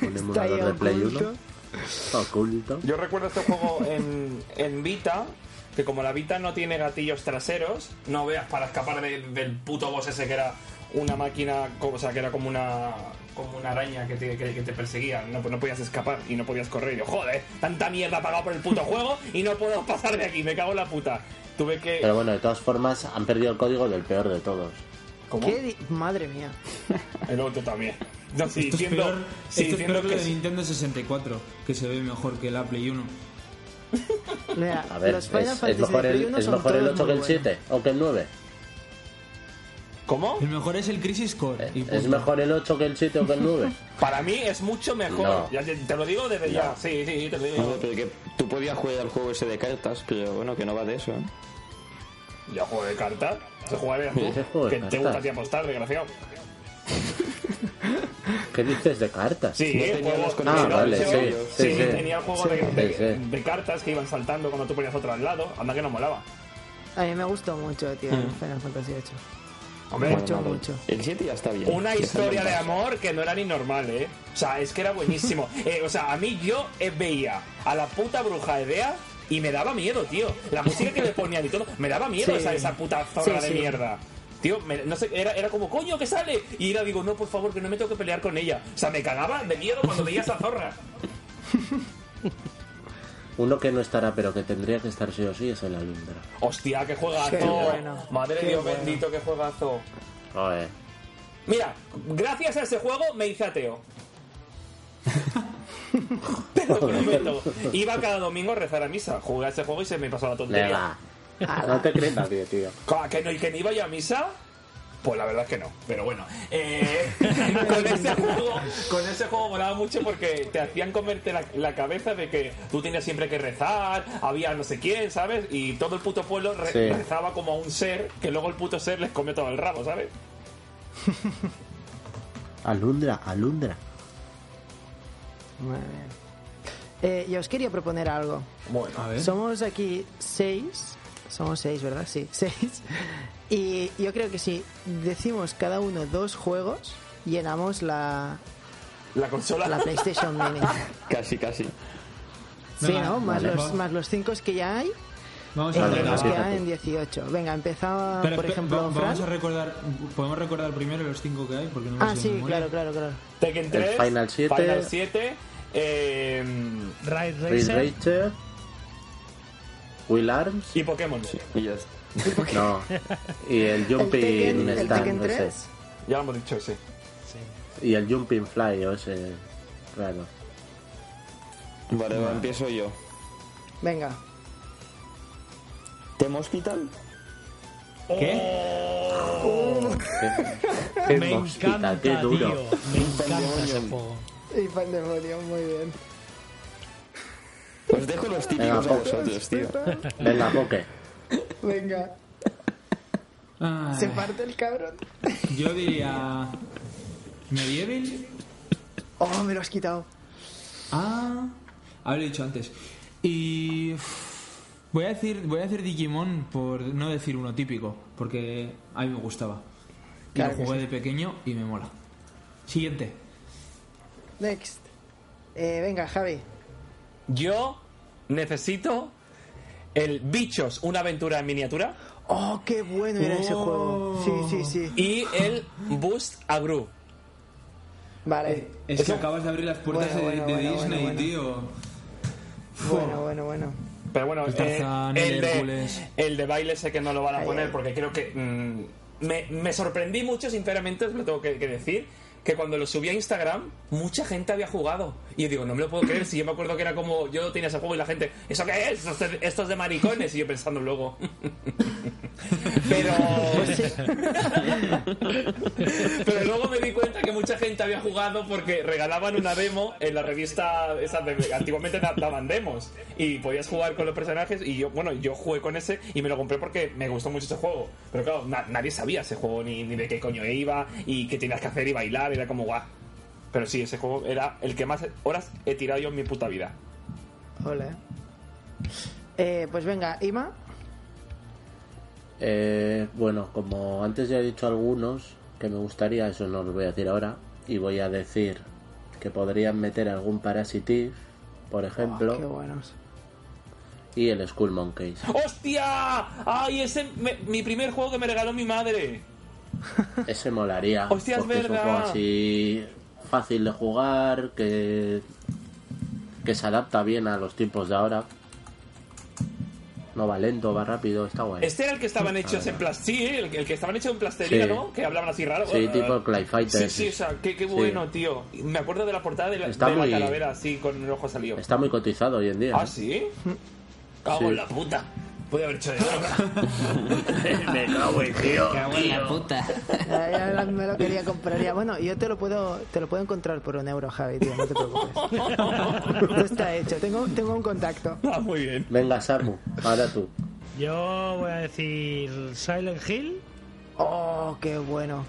un Está ahí emulador de Play 1 oculto. oculto yo recuerdo este juego en, en Vita, que como la Vita no tiene gatillos traseros, no veas para escapar de- del puto boss ese que era una máquina, co- o sea, que era como una como una araña que te, que- que te perseguía, no, no podías escapar y no podías correr. Y yo, joder, tanta mierda pagado por el puto juego y no puedo pasar de aquí, me cago en la puta. Tuve que... pero bueno de todas formas han perdido el código del peor de todos ¿Cómo? ¿Qué di- Madre mía. El otro también. No, esto sí, es diciendo, peor, esto sí, es diciendo peor que que el de sí. Nintendo 64 que se ve mejor que la Play 1. Mira, A ver, los es, Final es Fantasy de mejor, Play el, 1 es son mejor el todos 8 que muy el buenos. 7 o que el 9. ¿Cómo? El mejor es el Crisis Core. y ¿eh? ¿Es punto. mejor el 8 que el 7 o que el 9? Para mí es mucho mejor. No. Ya te, te lo digo desde ya. Sí, sí, te lo No sé, digo. pero que tú podías jugar al juego ese de cartas, pero bueno, que no va de eso. ¿eh? Ya juego de cartas. Se jugaría tú. Sí, ese juego de Que te cartas. gusta a ti apostar, desgraciado. ¿Qué dices de cartas? Sí, No eh, tenía juegos los con Ah, vale, sí, sí, sí. tenía el juego de, Sí, de- sí. de cartas que iban saltando cuando tú ponías otro al lado. Anda que no molaba. A mí me gustó mucho, tío, Mm. el Final Fantasy 8. Hombre, Bueno, Mucho, nada, mucho. El 7 ya está bien. Una Ya está historia en de paz. amor que no era ni normal, ¿eh? O sea, es que era buenísimo. Eh, o sea, a mí yo eh, veía a la puta bruja Edea y me daba miedo, tío. La música que le ponían y todo, me daba miedo Sí. esa, esa puta zorra Sí, de sí. mierda. Tío, me- no sé, era, era como, coño, que sale. Y era, digo, no, por favor, que no me tengo que pelear con ella. O sea, me cagaba de miedo cuando veía a esa zorra. Uno que no estará, pero que tendría que estar sí o sí, es el Alundra. Hostia, qué juegazo. Qué bueno, Madre de qué Dios bueno. bendito, qué juegazo. Joder. Mira, gracias a ese juego me hice ateo. Te lo prometo. Iba cada domingo a rezar a misa. Jugué a ese juego y se me pasó la tontería. Venga. No te crees nadie, tío. Ca- ¿Que no, y que ni iba yo a misa? Pues la verdad es que no, pero bueno. Eh, con, ese juego, con ese juego molaba mucho porque te hacían comerte la, la cabeza de que tú tenías siempre que rezar, había no sé quién, ¿sabes? Y todo el puto pueblo re- Sí. rezaba como a un ser que luego el puto ser les comió todo el rabo, ¿sabes? Alundra, alundra. Muy bien. Eh, yo os quería proponer algo. Bueno, A ver. Somos aquí seis. Somos seis, ¿verdad? Sí, seis. Y yo creo que si decimos cada uno dos juegos, llenamos la, la consola. la PlayStation Mini. Casi, casi. Sí, Venga, ¿no? Más, vale, los, va. más los cinco que ya hay, Vamos eh, a Vale, ver. nos va. quedan en 18. Venga, empezaba, Pero por espe- ejemplo, va- Fran. vamos a recordar, podemos recordar primero los cinco que hay, porque no me Ah, sé de sí, memoria. claro, claro, claro. Tekken 3, Final 7. Final 7, eh, Raid Ridge Racer. Racer. Will Arms. y Pokémon. Y ya está. No. Y el El Jumping Tekken, el Stand Tekken ese. 3. Ya lo hemos dicho, sí. Y el Jumping Fly, o ese. Claro. Vale, va, empiezo yo. Venga. ¿Tem Hospital? ¿Qué? Qué Me mosquita, encanta, qué duro. tío. Me encanta ese juego. Y Pandemonium, muy bien. Os dejo los típicos a Venga, vosotros, tío. Venga, Poke. Venga. Ay, Se parte el cabrón. yo diría. Medieval. Oh, me lo has quitado. Ah. Habré dicho antes. Y. uf, Voy a decir, voy a decir Digimon por no decir uno típico, porque a mí me gustaba. Y Claro que lo jugué sí. de pequeño y me mola. Siguiente. Next. Eh, venga, Javi. Yo necesito el Bichos, una aventura en miniatura, Oh, qué bueno era ese juego. Sí, sí, sí. y el Boost a Gru. Vale. Es que acabas de abrir las puertas Bueno, de, bueno, de bueno, Disney, bueno, bueno. tío. Fu. Bueno, bueno, bueno. Pero bueno, El eh, Tarzán, el el, de, Hércules. el de baile sé que no lo van a Ay, poner ay. porque creo que mm, me, me sorprendí mucho, sinceramente, os lo tengo que, que decir, que cuando lo subí a Instagram, mucha gente había jugado. Y yo digo, no me lo puedo creer, si yo me acuerdo que era como yo tenía ese juego y la gente, ¿eso qué es? Estos, estos de maricones. Y yo pensando luego. Pero. Pues Pero luego me di cuenta que mucha gente había jugado porque regalaban una demo en la revista. esa de- antiguamente da- daban demos y podías jugar con los personajes. Y yo, bueno, yo jugué con ese y me lo compré porque me gustó mucho ese juego. Pero claro, na- nadie sabía ese juego ni, ni de qué coño iba y qué tenías que hacer y bailar. Era como guau. Pero sí, ese juego era el que más horas he tirado yo en mi puta vida. Hola. Eh, pues venga, Ima. Eh, bueno, como antes ya he dicho algunos que me gustaría, eso no lo voy a decir ahora, y voy a decir que podrían meter algún Parasitive, por Oh, qué ejemplo, buenos. y el Skull Monkeys. ¡Hostia! ¡Ay, ese me- mi primer juego que me regaló mi madre! Ese molaría, Hostia, es porque es un verdad. juego así fácil de jugar, que, que se adapta bien a los tiempos de ahora. No va lento, va rápido, está guay. Este era el que estaban hechos en plas... Sí, el, el que estaban hechos en plastilina, Sí. ¿no? Que hablaban así raro. Ah. Sí, tipo Clay Fighter. Sí, sí, o sea, qué, qué Sí. bueno, tío. Y Me acuerdo de la portada de la, Está de la muy- calavera así con el ojo salido. Está muy cotizado hoy en día. ¿Ah, ¿eh? sí? Cago en Sí. la puta. Podía haber hecho de droga. Me cago en tío. Ya- ya la- me lo quería comprar ya. Bueno, yo te lo puedo te lo puedo encontrar por un euro, Javi, tío, no te preocupes. Esto está hecho. Tengo, tengo un contacto. Ah, muy bien. Venga, Samu, ahora tú. Yo voy a decir Silent Hill Oh, qué bueno.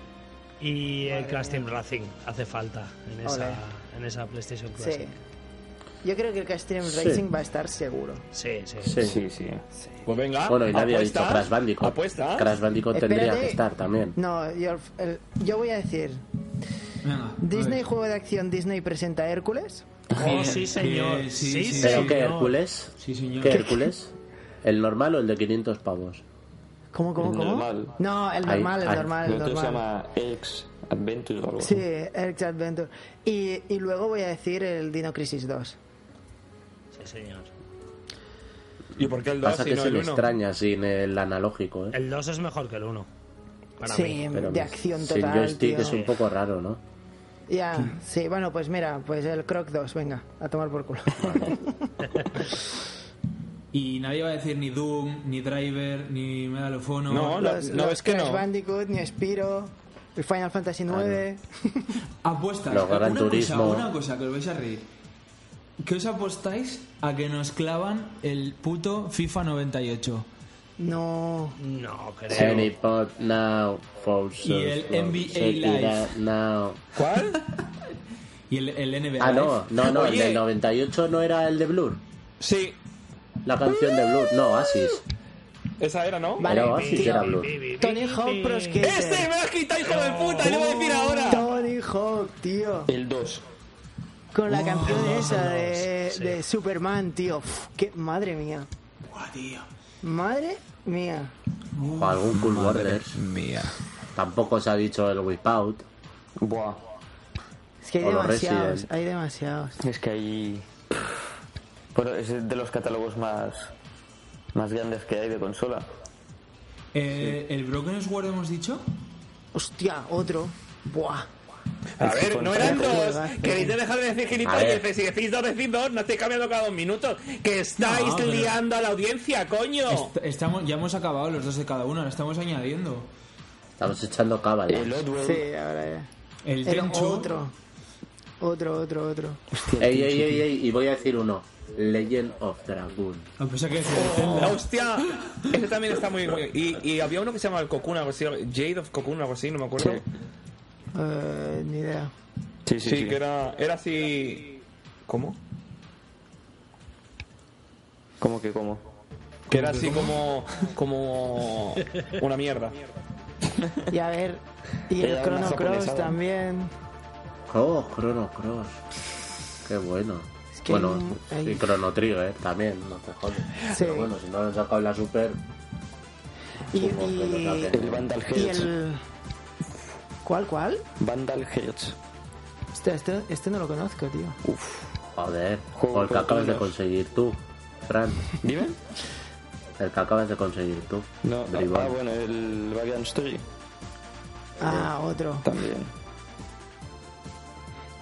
y el Madre Crash Team mía. Racing. Hace falta en esa, en esa PlayStation Sí. Classic. Yo creo que el Castream Sí. Racing va a estar seguro. Sí, sí. Sí. Sí, sí. Pues venga. Bueno, y nadie ha dicho apuestas, Crash Bandicoot. Apuestas. Crash Bandicoot tendría Espérate. que estar también. No, yo, el- yo voy a decir, Venga, a Disney ver. juego de acción, Disney presenta Hércules. Oh, sí, señor. Sí, sí, Sí, sí. señor. ¿Pero qué Hércules? Sí, señor. ¿Qué Hércules? ¿El normal o el de 500 pavos? ¿Cómo, cómo, El cómo? normal. No, el Ay, normal, el ay. normal, el El otro se normal. llama Ex Adventure o algo Sí, así. Eric's Adventure. Y, y luego voy a decir el Dino Crisis 2. Sí, señor. ¿Y por qué el 2 Pasa y que no se el le 1? extraña sin el analógico, ¿eh? El 2 es mejor que el 1. Para Sí, mí. Pero de pues, acción sin total. joystick tío. es un poco raro, ¿no? Ya, sí, bueno, pues mira, pues el Croc 2, venga, a tomar por culo. Y nadie va a decir ni Doom, ni Driver, ni Medal of Honor. No, la- Los- no, los es que Crash no. Bandicoot, ni Spiro, el Final Fantasy IX. Apuestas. Los Gran una Turismo. Cosa, una cosa que os vais a reír. ¿Qué os apostáis a que nos clavan el puto FIFA 98? No. No, creo. Any pot now, for Y el sure, NBA check it Live. out now. ¿Cuál? Y el, el NBA. Ah, no, no, no, el Oye. del 98 no era el de Blur. Sí, La canción de Blur, no, Oasis. esa era, ¿no? Vale, era Oasis, tío. era Blur. Tony Hawk Pro Skater. ¡Este me lo has quitado, hijo de puta! ¡Le voy a decir Uh. ahora! Tony Hawk, tío. El 2. Con la canción esa de, de Superman, tío. Uf, qué, madre mía. Madre mía. O algún Cool Borders. Mía. Tampoco se ha dicho el Whip Out. Buah. Es que hay O los demasiados, Resident. hay demasiados. Es que hay. Bueno, es de los catálogos más. más grandes que hay de consola. Eh, ¿El Broken Sword hemos dicho? Hostia, otro. Buah. A pues ver, no eran dos. Joder, Queréis dejar de decir A ver. gilipollas. Si decís dos, decís dos. No estáis cambiando cada dos minutos. Que estáis No, pero- liando a la audiencia, coño. Est- estamos, ya hemos acabado los dos de cada uno, ahora estamos añadiendo. Estamos echando cábala. El Oddworld. Sí, ahora ya. El Era Tenchu. otro. Otro, otro, otro. Ey, ey, ey, ey, y voy a decir uno. Legend of Dragoon. A pesar que es el Zelda. La ¡Hostia! Ese también está muy, muy- Y, y había uno que se llama el Cocoon, algo así, Jade of Cocoon, algo así, no me acuerdo. Eh, ni idea. Sí, sí, Sí, sí. que era, era así. ¿Cómo? ¿Cómo que cómo? Que era así como. como. una mierda. Y a ver. Y Era el una Chrono Cross japonesada. también. Oh, Chrono Cross. Qué bueno. Es que bueno, hay un- y hay- Chrono Trigger eh, también, no te jodes. Sí. Pero bueno, si no lo han sacado en la Super, Y, supongo que lo y, saquen. El Vandal Hearts. y el. ¿Cuál, cuál? Vandal Hearts. Hostia, este, este no lo conozco, tío. Joder, Juego o el que por acabas de turnos. conseguir tú, Fran. ¿Dime? El que acabas de conseguir tú. No, Bribón. ah, bueno, el Vagrant Story Ah, otro. también.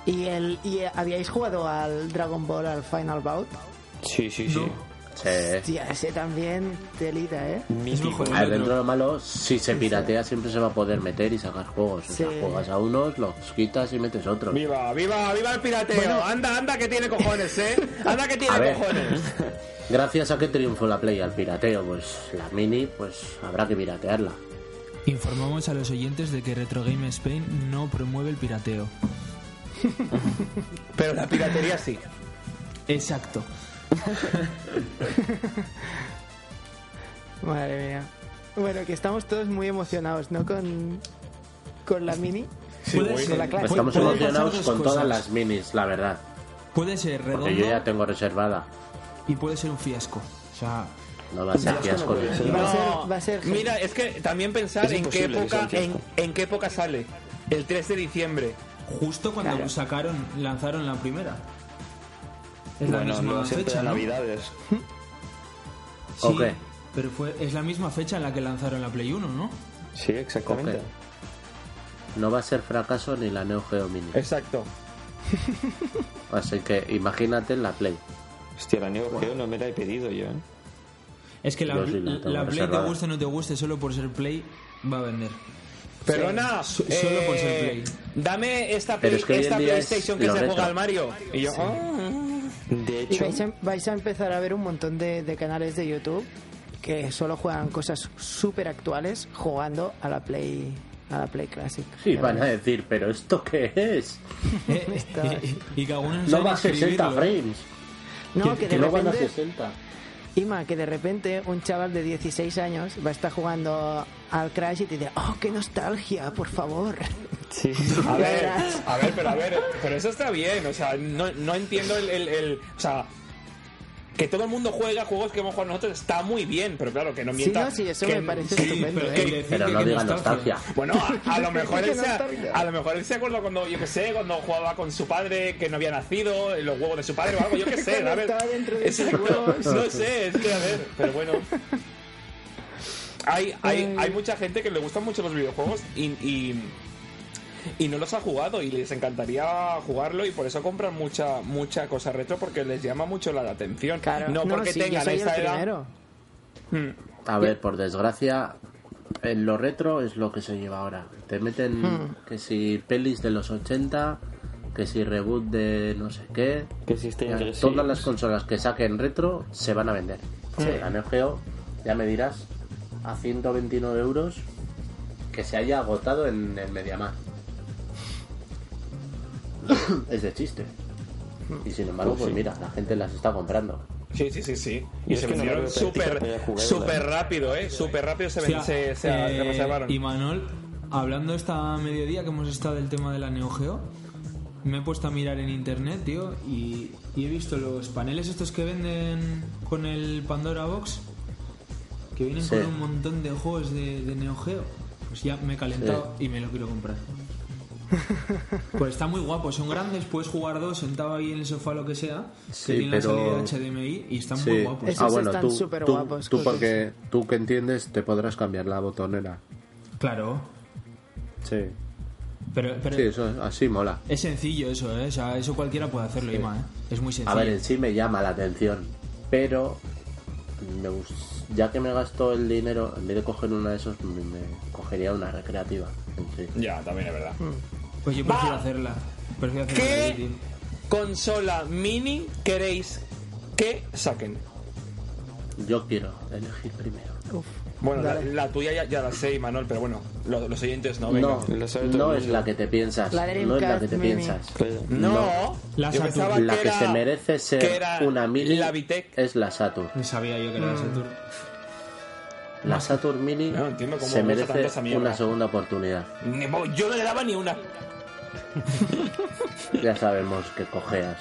¿Y, el, ¿Y eh, habíais jugado al Dragon Ball, al Final Bout? Sí, sí, sí. Sí. Tía, ese también, telita, ¿eh? Mítico. A ver, dentro de lo malo, si se piratea siempre se va a poder meter y sacar juegos. O Sí. sea, juegas a unos, los quitas y metes otros. ¡Viva, viva, viva el pirateo! anda, anda, que tiene cojones, ¿eh? Anda, que A tiene ver. cojones. Gracias a que triunfó la Play al pirateo, pues la Mini, pues habrá que piratearla. Informamos a los oyentes de que Retro Game Spain no promueve el pirateo. Pero la piratería sí. Exacto. Madre mía. Bueno, que estamos todos muy emocionados, ¿no? Con, con la mini. Puede güey. ser- La clase. Pues puede- Estamos pueden pasar emocionados dos con cosas. todas las minis, la verdad. Puede ser redondo Porque yo ya tengo reservada. y puede ser un fiasco. O sea, No va a ser fiasco. Va a ser- va a ser- Mira, es que también pensar Es en qué, imposible que sea época, un en, fiasco. en qué época sale. El 3 de diciembre. justo cuando sacaron, lanzaron la primera. Es la Bueno, misma no, siempre fecha, de ¿no? Navidades. Sí, ¿O qué? pero fue, es la misma fecha en la que lanzaron la Play 1, ¿no? Sí, exactamente. Ok. No va a ser fracaso ni la Neo Geo Mini. Exacto. Así que imagínate la Play. Hostia, la Neo Geo no me la he pedido yo, ¿eh? Es que la, Yo sí la tengo la Play, te reservada. guste o no te guste, solo por ser Play, va a vender. Perdona, So- eh, solo por ser Play. Dame esta, Pero play- es que hoy en esta día es PlayStation que lo se retro. juega al Mario. Y yo, ah, De Y hecho, vais a, em-, vais a empezar a ver un montón de, de canales de YouTube que solo juegan cosas súper actuales jugando a la Play a la Play Classic. Sí, De van a verdad. decir, pero ¿esto qué es? Eh, Está- eh, y que algunos No saben va a 60 escribirlo, ¿eh? frames. No, que Que de no van a repente 60. Ima, que de repente un chaval de 16 años va a estar jugando al Crash y te dirá, oh, qué nostalgia, por favor. sí. A Ya ver, verás. a ver, pero a ver, pero eso está bien, o sea, no, no entiendo el, el- el- O sea, que todo el mundo juega juegos que hemos jugado nosotros está muy bien, pero claro, que no Sí, mienta. no, sí, eso que- me parece Sí, estupendo. pero, ¿eh? y decir Pero que- no que diga nostalgia. Bueno, a, a lo mejor él Qué se, nostalgia. a lo mejor él se acuerda cuando, yo que sé, cuando jugaba con su padre, que no había nacido, en los huevos de su padre o algo, yo que sé, Cuando a ver. estaba dentro de Ese sus huevos. No sé, es que a ver, pero bueno. Eh. Hay, hay, hay mucha gente que le gustan mucho los videojuegos y, y y no los ha jugado y les encantaría jugarlo y por eso compran mucha mucha cosa retro porque les llama mucho la atención. Claro. No porque sí, yo tengan soy esta el edad. primero. Mm, A ver, por desgracia, en lo retro es lo que se lleva ahora. Te meten Hmm. que si pelis de los 80, que si reboot de no sé qué. Que si está Ya, entre sí. Todas las consolas que saquen retro se van a vender. Hmm. La Neo Geo, ya me dirás, a 129 euros que se haya agotado en el Mediamar. es de chiste. Hmm. Y sin embargo, pues mira, la gente las está comprando. Sí, sí, sí, sí. Y Y es se que no vendieron veo práctica súper para jugarla. súper rápido, ¿eh? Súper rápido se, ven- Hostia, se, se eh, reservaron. Y Manol, hablando esta mediodía que hemos estado del tema de la Neo Geo, me he puesto a mirar en internet, tío, y, y he visto los paneles estos que venden con el Pandora Box, que vienen Sí. con un montón de juegos de, de Neo Geo. Pues ya me he calentado y me lo quiero comprar. Pues está muy guapo, son grandes, puedes jugar dos sentado ahí en el sofá lo que sea, Sí, que tienen pero- la salida HDMI y están muy guapos. Esos están superguapos, Ah, tú, coño. porque tú que entiendes, te podrás cambiar la botonera. Claro, Sí. pero, pero Sí, eso así mola. Es sencillo eso, ¿eh? O sea, eso cualquiera puede hacerlo, Ima, ¿eh? Es muy sencillo. A ver, en sí me llama la atención, pero me gus- ya que me gasto el dinero, en vez de coger una de esos, me, me cogería una recreativa. en sí. Ya, también es verdad. Pues yo prefiero hacerla. Prefiero hacerla. ¿Qué? ahí, Consola mini queréis que saquen. Yo quiero elegir primero. Uf. Bueno, la, Dale. la tuya ya, ya la sé, Manuel, pero bueno, lo- los oyentes no. Ah, Venga. No, lo sabe todo no el es mundo. la que te piensas. La No es la que te Dreamcast mini. piensas. Claro. No, La yo Saturn. pensaba La que era- se merece que ser era una mini La Vitec. es la Saturn. tío. Sabía yo que era la Saturn. La Saturn Mini No, entiendo cómo se usa tanta merece esa mierda. una segunda oportunidad. Ni mo- Yo no le daba ni una. Ya sabemos que cojeas.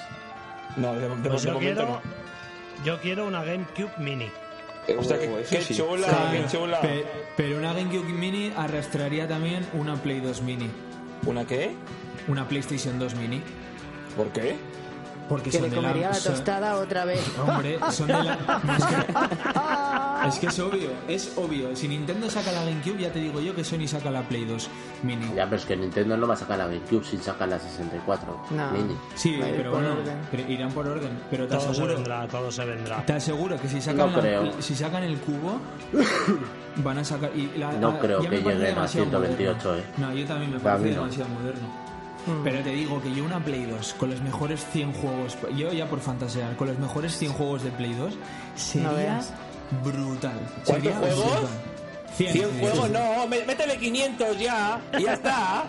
No, de, de- de Pues yo momento quiero, no. yo quiero una GameCube Mini. Eh, O sea, bueno, que, eso qué sí. chula, qué Claro, chula. Ah, pe- pero una GameCube Mini arrastraría también una Play 2 Mini. ¿Una qué? Una PlayStation 2 Mini. ¿Por qué? Porque Que son le de la- comería la son- tostada otra vez. ¡Ah! Hombre, son de la... no, es, que, es que es obvio, es obvio. Si Nintendo saca la GameCube, ya te digo yo que Sony saca la Play 2 Mini. Ya, pero es que Nintendo no va a sacar la GameCube sin sacar la 64 No. Mini. Sí, Va a ir pero por bueno, orden. pero irán por orden. Pero te Todo se aseguro, vendrá, todo se vendrá. Te aseguro que si sacan, No la- creo. si sacan el cubo, van a sacar. y la- No la- creo ya me que parece lleguen a demasiado 128, moderno. eh. No, yo también me A parece mí no. demasiado moderno. Pero te digo que yo una Play 2 con los mejores 100 juegos, yo ya por fantasear, con los mejores 100 juegos de Play 2 sería veas. brutal. ¿Cuántos Sería juegos? brutal. 100, 100 juegos, sí. no, mé- métele 500 ya, y ya está.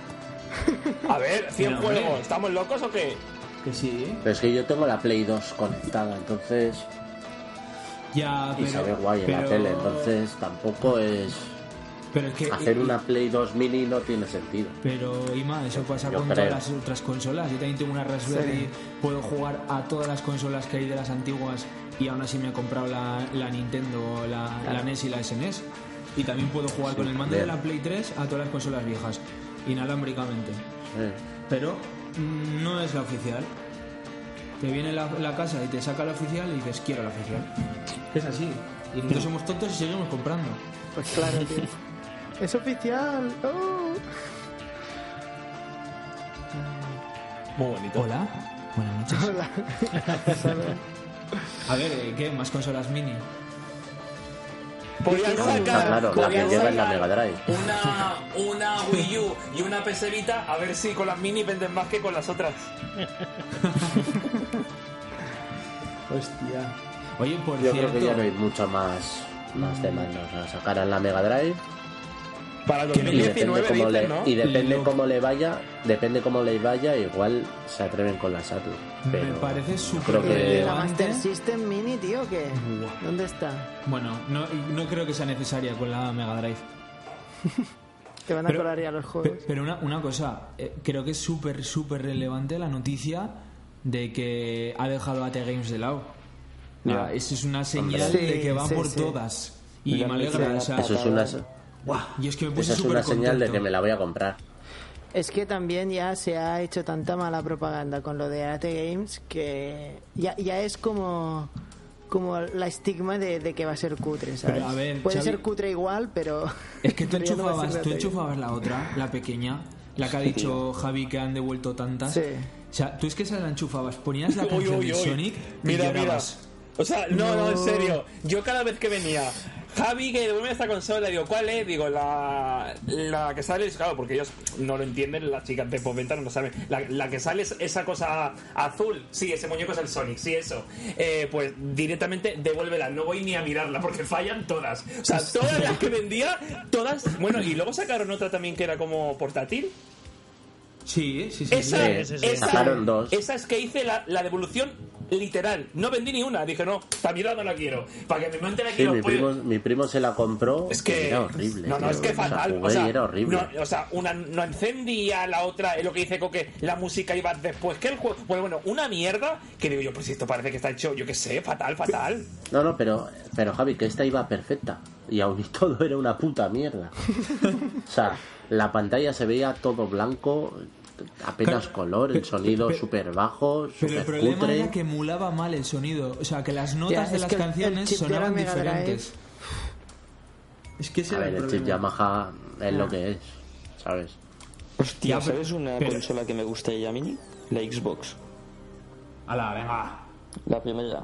A ver, 100 No, hombre. juegos, ¿estamos locos o qué? Que sí, ¿eh? Pero es que yo tengo la Play 2 conectada, entonces. Ya, Y pero. se ve guay en la pero- Eh, tele, entonces tampoco es. Pero es que. Hacer una Play 2 Mini no tiene sentido. Pero, Ima, eso pasa Yo con creo. todas las otras consolas. Yo también tengo una Raspberry, puedo jugar a todas las consolas que hay de las antiguas y aún así me he comprado la, la Nintendo, la, la NES y la SNES. Y también puedo jugar con el mando de también. la Play 3 a todas las consolas viejas, inalámbricamente. Eh, Pero mm, no es la oficial. Te viene la, la casa y te saca la oficial y dices, quiero la oficial. Es así. Y no somos tontos y seguimos comprando. Pues claro, tío. Es oficial. Oh. Muy bonito. Hola, buenas noches. Hola. A ver, eh, ¿qué? ¿Más consolas mini? Podrían Está sacar, claro, la que podrían lleva es la sacar Mega Drive. una, una Wii U y una PS Vita, a ver si con las mini venden más que con las otras. Hostia. Oye, por Yo cierto, creo que ya no hay mucho más, más demanda. O sea, sacarán la Mega Drive Para y depende 2019 cómo dicen, le, ¿no? y depende Lo- cómo le vaya, depende cómo le vaya, igual se atreven con la Saturn. Pero me parece yo súper creo que Eh, La relevante. Master System Mini, tío, ¿qué? Buah. ¿Dónde está? Bueno, no, no creo que sea necesaria con la Mega Drive. Te van a Pero- colar ya los Pe- juegos. Pero una, una cosa, eh, creo que es súper, súper relevante la noticia de que ha dejado AT Games de lado. Ya. Ah, eso es una señal Hombre. de que va Sí, por sí, sí. todas. Y Ya me me alegra, hice o sea, eso es una, ¡guau! y es que me puse esa es una súper señal de contento. que me la voy a comprar. Es que también ya se ha hecho tanta mala propaganda con lo de AT Games que ya, ya es como como la estigma de, de que va a ser cutre, ¿sabes? Pero, a ver, Puede Xavi- ser cutre igual, pero... Es que tú pero ya no va a enchufabas, ser tú AT Games. enchufabas la otra, la pequeña, La que ha dicho Javi que han devuelto tantas. Sí. O sea, tú es que se la enchufabas, ponías la Uy, canción uy, de uy. Sonic y Mira, mira. llorabas. O sea, no, no, en serio. Yo cada vez que venía, Javi, que devuelve esta consola, digo, ¿cuál es? Digo, la, la que sale es, claro, porque ellos no lo entienden, las chicas de Poventa no lo saben. La, la que sale es esa cosa azul. Sí, ese muñeco es el Sonic, sí, eso. Eh, pues directamente devuélvela, no voy ni a mirarla, porque fallan todas. O sea, todas las que vendía, todas. Bueno, y luego sacaron otra también que era como portátil. Sí, sí, sí. Esa, Eh, sí, sí, sí. esa, sacaron dos. esa es que hice la, la devolución literal. No vendí ni una. Dije, no, esta mierda no la quiero. Para que mi mente la Sí, quiero. mi pues- primo, mi primo se la compró. es que. Era horrible. No, tío. no, es que O sea, fatal. jugué O sea, y era horrible. No, o sea, una no encendía, la otra, es lo que dice Coque, la música iba después que el juego. Bueno, bueno, una mierda que digo yo, pues esto parece que está hecho, yo qué sé, fatal, fatal. No, no, pero, pero Javi, que esta iba perfecta. Y aún y todo era una puta mierda. o sea, la pantalla se veía todo blanco, apenas Claro, color, el pero- sonido pero- súper bajo, Pero el súper problema cutre. era que emulaba mal el sonido. O sea, que las Ya, notas de es las que el- el canciones chip ya era sonaban Mega diferentes. Es que ese A era ver, el el chip problema. Yamaha es lo que es, ¿sabes? Hostia, Ya, pero- ¿sabes una pero- consola que me gustaría a mí? La Xbox. Ala, venga. La primera.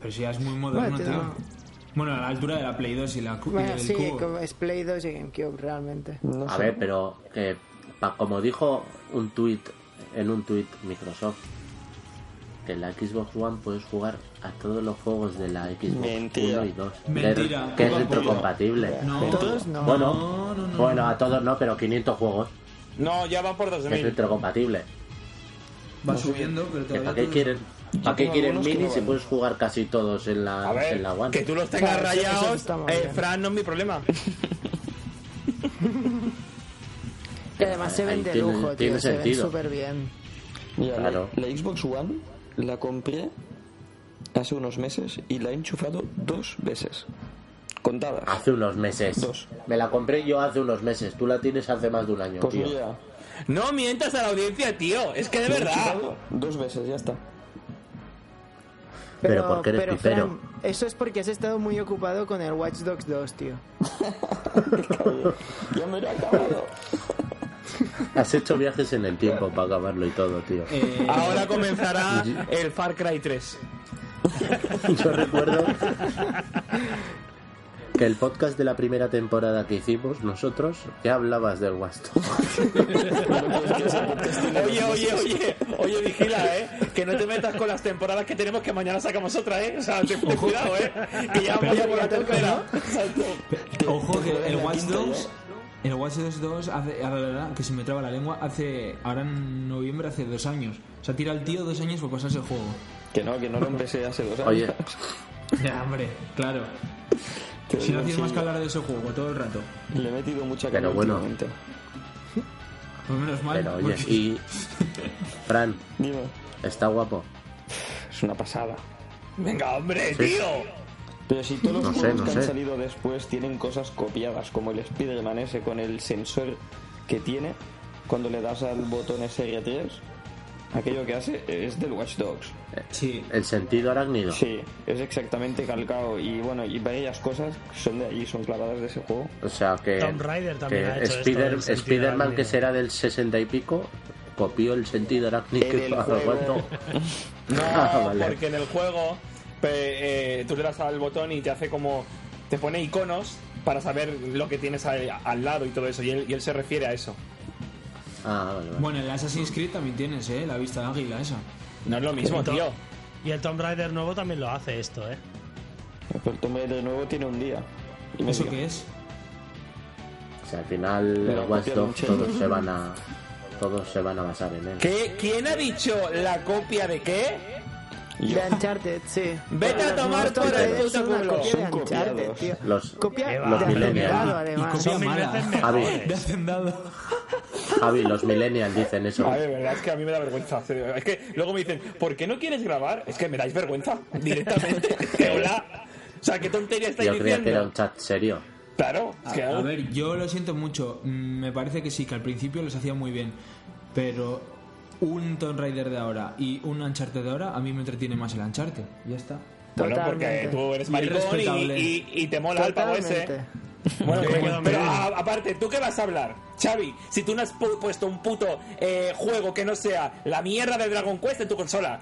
Pero si ya es muy moderno, Bueno, tío. no. Bueno, a la altura de la Play 2 y la cu- y Bueno, el sí, cubo. como es Play 2 y GameCube realmente. No A sé. ver, pero que, pa- como dijo un tweet en un tweet Microsoft, que en la Xbox One puedes jugar a todos los juegos de la Xbox Mentira. 1 y 2. Mentira. Que es Poco a poco. retrocompatible. No. Todos no. Bueno, No, no, no. bueno, a todos no, pero 500 juegos No, ya van por es 2000. retrocompatible. Va subiendo, pero Que todavía... ¿Para qué todo- quieren? ¿Para qué tengo quieren algunos que mini no si van. puedes jugar casi todos en la, A ver, en la One? que tú los tengas Claro, eso- eso rayados, está mal, eh, ya. Fran, no es mi problema. Que además se Ahí ven de tiene- lujo, tío. tiene se ven sentido. súper bien. Mira, la- Claro. la, Xbox One la compré hace unos meses y la he enchufado dos veces. Contadas. Hace unos meses. Dos. Me la compré yo hace unos meses. Tú la tienes hace más de un año. Pues tío. mira, No mientas a la audiencia, tío. Es que de la he verdad. enchufado dos veces, ya está. Pero porque eres pero, pipero. Fran, eso es porque has estado muy ocupado con el Watch Dogs 2, tío. Ya me lo he acabado. Has hecho viajes en el tiempo para acabarlo y todo, tío. Eh, Ahora comenzará el Far Cry 3. Yo recuerdo que el podcast de la primera temporada que hicimos nosotros, que hablabas del Watch Dogs. Oye, oye, oye, oye, vigila, eh. Que no te metas con las temporadas que tenemos que mañana sacamos otra, eh. O sea, ten ten cuidado, eh. Que ya vamos ya por la tercera. Ojo que el Watch Dogs... El Watch Dogs 2 hace... A la verdad, que se me traba la lengua, hace... Ahora en noviembre hace dos años. O sea, tira al tío dos años por pasarse el juego. Que no, que no lo empecé hace dos años. Oye, Ya, hombre, claro. Que Si no no, tienes sí, más que hablar de ese juego todo el rato. Le he metido mucha Pero cara bueno. últimamente. Pues menos mal. pero oye, porque- y. Fran, Dime, está guapo. es una pasada. Venga, hombre, tío. Pero si todos los No sé, juegos no que sé. han salido después tienen cosas copiadas, como el Spider-Man ese con el sensor que tiene, cuando le das al botón SR3, aquello que hace es del Watch Dogs. Sí. El sentido arácnido. Sí, es exactamente calcado y bueno, y varias cosas son de ahí, son clavadas de ese juego. O sea que. Tomb Raider también que ha hecho esto Spider- del sentido Spider-Man, arácnido. que será del 60 y pico, copió el sentido arácnido En que el estaba juego. guapo. No, Ah, vale. porque en el juego pe- eh, tú le das al botón y te hace como. Te pone iconos para saber lo que tienes al, al lado y todo eso. Y él, y él se refiere a eso. Ah, vale, vale. Bueno, el Assassin's Creed también tienes, ¿eh? La vista de águila esa. No es lo mismo, tío. Y el Tomb Raider nuevo también lo hace esto, ¿eh? Pero el Tomb Raider nuevo tiene un día. Y medio. ¿Eso qué es? O sea, al final, Pero el Watch copiaron Dogs, mucho. todos se van a. Todos se van a basar en él. ¿Qué? ¿Quién ha dicho la copia de qué? Yo. De Uncharted, sí. Vete a Los tomar nuevos por el Tomb Raiders puto son una culo. copia de Son Uncharted, copiados. tío. Los- Copia Qué de va. Los millennials. Hacendado, y además. copia Son mil mala. veces Javi. mejores. De hacendado. Javi, los millennials dicen eso. A ver, verdad es que a mí me da vergüenza. Es que luego me dicen, ¿por qué no quieres grabar? Es que me dais vergüenza directamente. Es que, hola. O sea, ¿qué tontería estáis Yo creía que era diciendo? un chat serio. Claro, es que. A ver, yo lo siento mucho. Mm, Me parece que sí, que al principio los hacía muy bien. Pero un Tomb Raider de ahora y un Uncharted de ahora, a mí me entretiene más el Uncharted. Ya está. Bueno, Totalmente. porque tú eres Y maricón y, respetable. y- y te mola el pago ese. Totalmente. Bueno, Sí, pero- bueno, pero bien. a- aparte, ¿tú qué vas a hablar? Xavi, si tú no has pu- puesto un puto eh, juego que no sea la mierda de Dragon Quest en tu consola.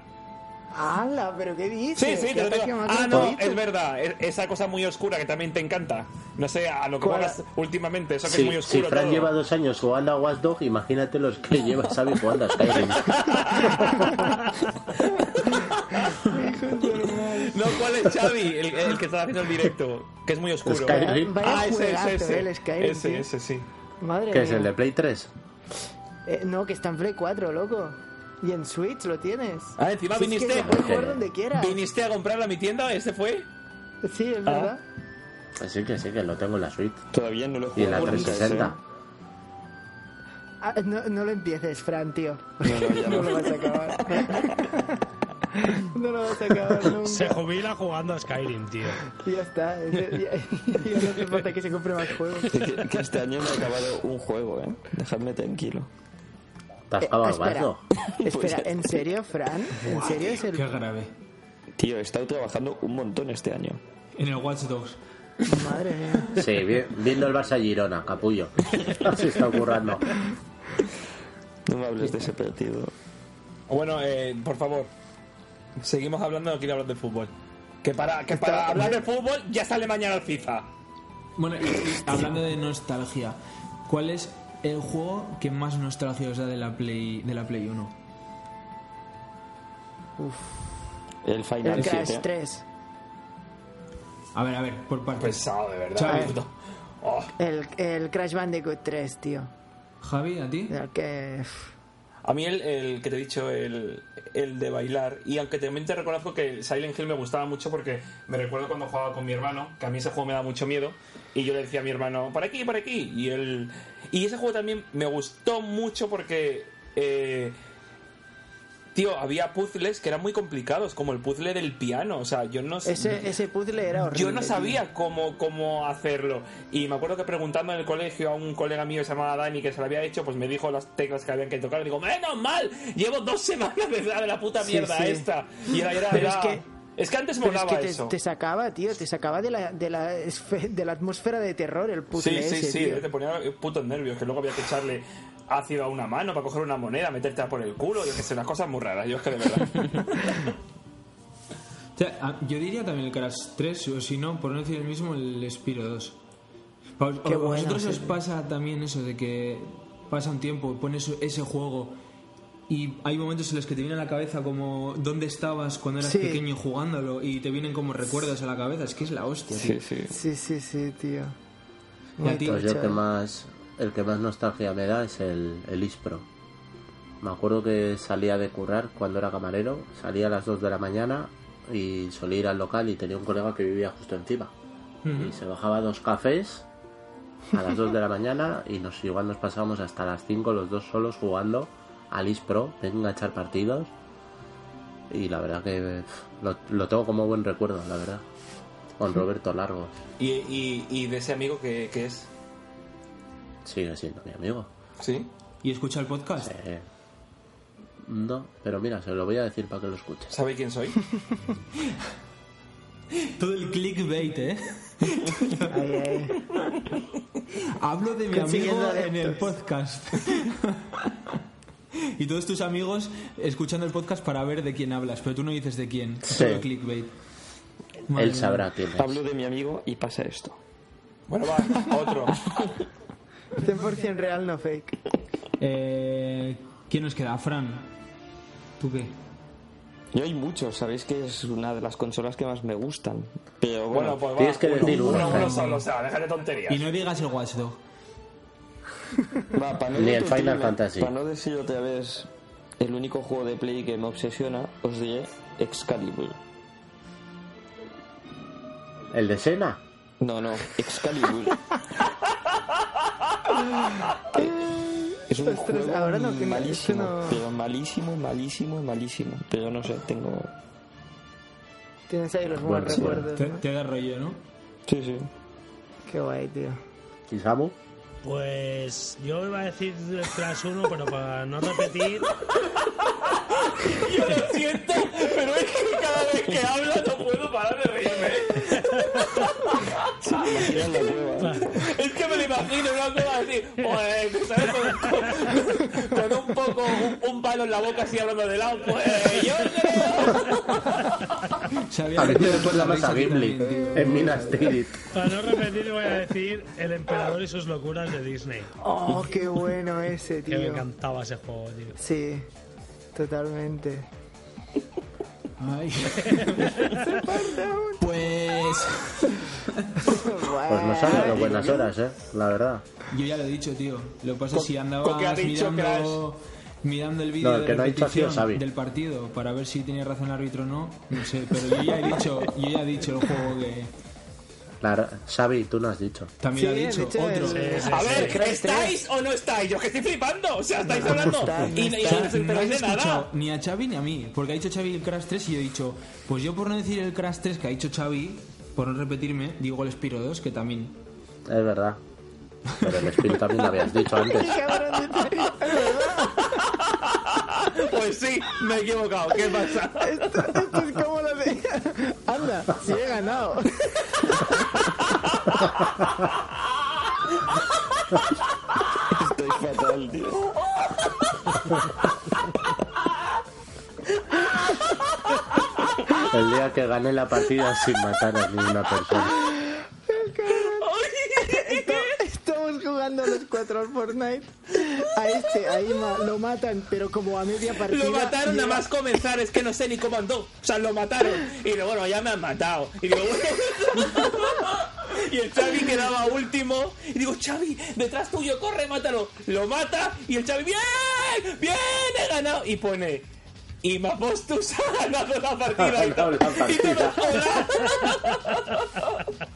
¡Hala! ¿Pero qué Sí, dices? sí, ¿Qué te lo ataque digo. más Ah, no, gratuito? es verdad. es- esa cosa muy oscura que también te encanta. No sé, a lo que ¿Cuál? juegas últimamente, eso que es Si, muy si oscuro. Fran todo. lleva dos años jugando a Watch Dogs, imagínate los que lleva Xavi jugando a Skyrim. No, ¿cuál es Xavi? El, el que está haciendo el directo, que es muy oscuro. Skyrim. Vaya Ah, ese, juegazo, ese, ese. eh, el Skyrim, Ese, tío. ese, sí. Madre ¿Qué es mía. el de Play 3? Eh, no, que está en Play 4, loco. Y en Switch lo tienes. Ah, encima Si es que viniste. lo puedes jugar donde quieras. ¿Viniste a comprarlo a mi tienda? ¿Este fue? Sí, Ah. es verdad. Pues Sí, que sí, que lo tengo en la Switch Todavía no lo he y en la jugado. nunca, ¿eh? 360. Ah, no, no lo empieces, Fran, tío. No, no, ya No lo no. vas a acabar. no lo vas a acabar nunca. Se jubila jugando a Skyrim, tío. Ya está. Ya, ya- ya no hace falta que se compre más juegos. Que, que este año me he acabado un juego, ¿eh? Dejadme tranquilo. ¿Te has Eh, pagado el espera. Watch Dogs? Pues Espera, ¿en serio, Fran? ¿En serio es el Qué grave. Tío, he estado trabajando un montón este año. En el Watch Dogs. Madre mía. Sí, vi- viendo el Barça Girona, capullo. Así está ocurriendo. No me hables de ese partido. Bueno, eh, por favor, seguimos hablando, no quiero hablar de fútbol. Que para, que para hablar de fútbol ya sale mañana el FIFA. Bueno, y- y hablando de nostalgia, ¿cuál es el juego que más nostalgia os da de la Play, de la Play 1? El Final El Crash 7. 3. A ver, a ver, por partes. Pesado, Pues, de verdad. Chao. puto. Oh, El, el Crash Bandicoot 3, tío. Javi, ¿a ti? El que... pff, a mí el, el que te he dicho, el, el de bailar. Y aunque también te reconozco que el Silent Hill me gustaba mucho porque me recuerdo cuando jugaba con mi hermano, que a mí ese juego me da mucho miedo. Y yo le decía a mi hermano, para aquí, para aquí. Y, él, y ese juego también me gustó mucho porque... eh, Tío, había puzzles que eran muy complicados, como el puzzle del piano. O sea, yo no sé. Ese, ese puzzle era horrible. Yo no sabía cómo, cómo hacerlo. Y me acuerdo que preguntando en el colegio a un colega mío que se llamaba Dani que se lo había hecho, pues me dijo las teclas que habían que tocar. Y digo, menos mal, llevo dos semanas de la, de la puta Sí, mierda sí. esta. Y era, era, Pero era- es que- es que antes Pero es molaba que te, eso. te sacaba, tío, te sacaba de la, de, la esfe- de la atmósfera de terror el Sí, puzzle sí, ese, sí, tío. te ponía putos nervios, que luego había que echarle ácido a una mano para coger una moneda, meterte por el culo, yo que sé, unas cosas muy raras, yo es que de verdad. O sea, a- yo diría también el Crash 3, o si no, por no decir el mismo, el Spiro 2. Pa- ¿A Qué a bueno, vosotros sí, os sí. pasa también eso de que pasa un tiempo, pones ese juego y hay momentos en los que te viene a la cabeza como dónde estabas cuando eras Sí. pequeño jugándolo y te vienen como recuerdos a la cabeza? Es que es la hostia, tío. Sí, sí. Sí, sí, sí, tío. Y a ti, tocho, Pues yo el que eh. más, el que más nostalgia me da es el, el Ispro. Me acuerdo que salía de currar cuando era camarero, salía a las 2 de la mañana y solía ir al local y tenía un colega que vivía justo encima. Y se bajaba dos cafés a las 2 de la mañana y nos igual nos pasábamos hasta las 5 los dos solos jugando al Ispro, venga a echar partidos. Y la verdad que pf, lo, lo tengo como buen recuerdo, la verdad. Con Roberto Largo. y, y, y de ese amigo que, que es, Sigue siendo mi amigo. ¿sí? y escucha el podcast. Eh, no, pero mira, se lo voy a decir para que lo escuches. ¿Sabe quién soy? Todo el clickbait, ¿eh? Ay, ay. Hablo de mi Consiguiendo amigo en el adeptos. podcast. y todos tus amigos escuchando el podcast para ver de quién hablas, pero tú no dices de quién. Es Sí. Solo clickbait. Madre Él sabrá quién es. Hablo de mi amigo y pasa esto. Bueno, va, otro. 100% real, no fake. mía. Eh, ¿Quién nos queda? Fran. ¿Tú qué? Y hay muchos, sabéis que es una de las consolas que más me gustan. Pero Bueno, bueno, pues va, tienes que uno, decir uno, uno, uno Fran. solo, o sea, deja de tonterías. Y no digas el Watchdog. pues, va, para no Ni el decirte- Final Fantasy. Para no decir otra vez el único juego de Play que me obsesiona, os diré Excalibur. ¿El de Sena? No, no, Excalibur. Eh, es un Ostras, juego ahora no, que no- malísimo, es que no- pero malísimo, malísimo, malísimo. Pero no sé, tengo... Tienes ahí los Bueno, buenos sí. recuerdos. Te, ¿no? te da rollo, ¿no? Sí, sí. Qué guay, tío. ¿Y Samu? Pues yo iba a decir Crash 1, pero para no repetir, Yo lo siento, pero es que cada vez que habla no puedo parar de reírme. Imagina la cueva. Es que me lo imagino, una cosa así, pues, ¿sabes? Con, con- con un poco, un, un palo en la boca así hablando de lado, pues yo creo. Sabía A mí me que- recuerda más a sabía que Gimli también, tío. en Minas Tirith. para no repetir voy a decir El emperador y sus locuras de Disney. Oh, qué bueno ese, Que me tío. encantaba ese juego, tío. Sí, totalmente. Ay. pues Pues nos han dado buenas horas, eh, la verdad. yo ya lo he dicho, tío. Lo que pasa es ¿Con- si con qué ha andabas dicho mirando, mirando el vídeo No, el de que no ha dicho ha sido repetición Xavi. del partido para ver si tenía razón el árbitro o no, no sé, pero yo ya he dicho, yo ya he dicho el juego que Claro, Xavi, tú no has dicho. también Sí, lo he ha dicho, dicho otro. el- A ver, Crash ¿estáis o no estáis? Yo que estoy flipando, o sea, estáis hablando estáis, no y, y O no sea, os no enteráis habéis de escuchado nada. ni a Xavi ni a mí, porque ha dicho Xavi el Crash 3 y yo he dicho, pues yo por no decir el Crash 3 que ha dicho Xavi, por no repetirme, digo el Spiro 2 que también. Es verdad. Pero el espíritu también lo habías dicho antes. Cabrón de serio. Pues sí, me he equivocado, ¿qué pasa? Esto, esto es como lo de. Anda, si he ganado. Estoy fatal, tío. El día que gané la partida sin matar a ninguna persona. Estamos jugando los cuatro al Fortnite. A este, a Ima, lo matan, pero como a media partida. Lo mataron llega- nada más comenzar, es que no sé ni cómo andó. O sea, lo mataron. Y digo, bueno, ya me han matado. Y digo, bueno. Y el Xavi quedaba último. Y digo, Xavi, detrás tuyo, corre, mátalo. Lo mata. Y el Xavi, bien, bien, he ganado. Y pone, y Mapostus ha ganado la partida. Y Ha ganado la todo- y todo, partida. "Hola".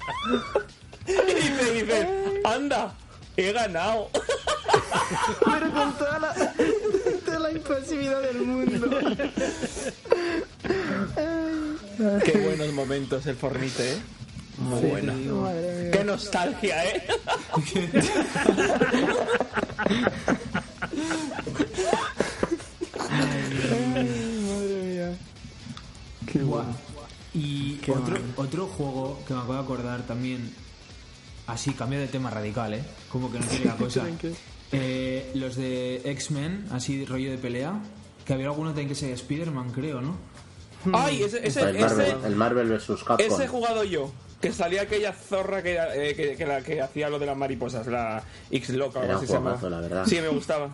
Y te dices, anda, he ganado. Pero con toda la, con toda la impasividad del mundo. Qué buenos momentos el Fornite, ¿eh? Muy bueno. Madre mía. Qué nostalgia, ¿eh? Madre mía. Y otro, otro juego que me acabo de acordar también, así, cambio de tema radical, ¿eh? Como que no tiene la cosa. Eh, los de X-Men, así, rollo de pelea, que había alguno también que sea Spider-Man, creo, ¿no? Ay, ese, ese, El Marvel, ese, el Marvel vs Capcom. ese he jugado yo. Que salía aquella zorra que, eh, que, que la, que hacía lo de las mariposas, la X-Loca o algo Era un así se llama. juegazo, la verdad. Sí, me gustaba.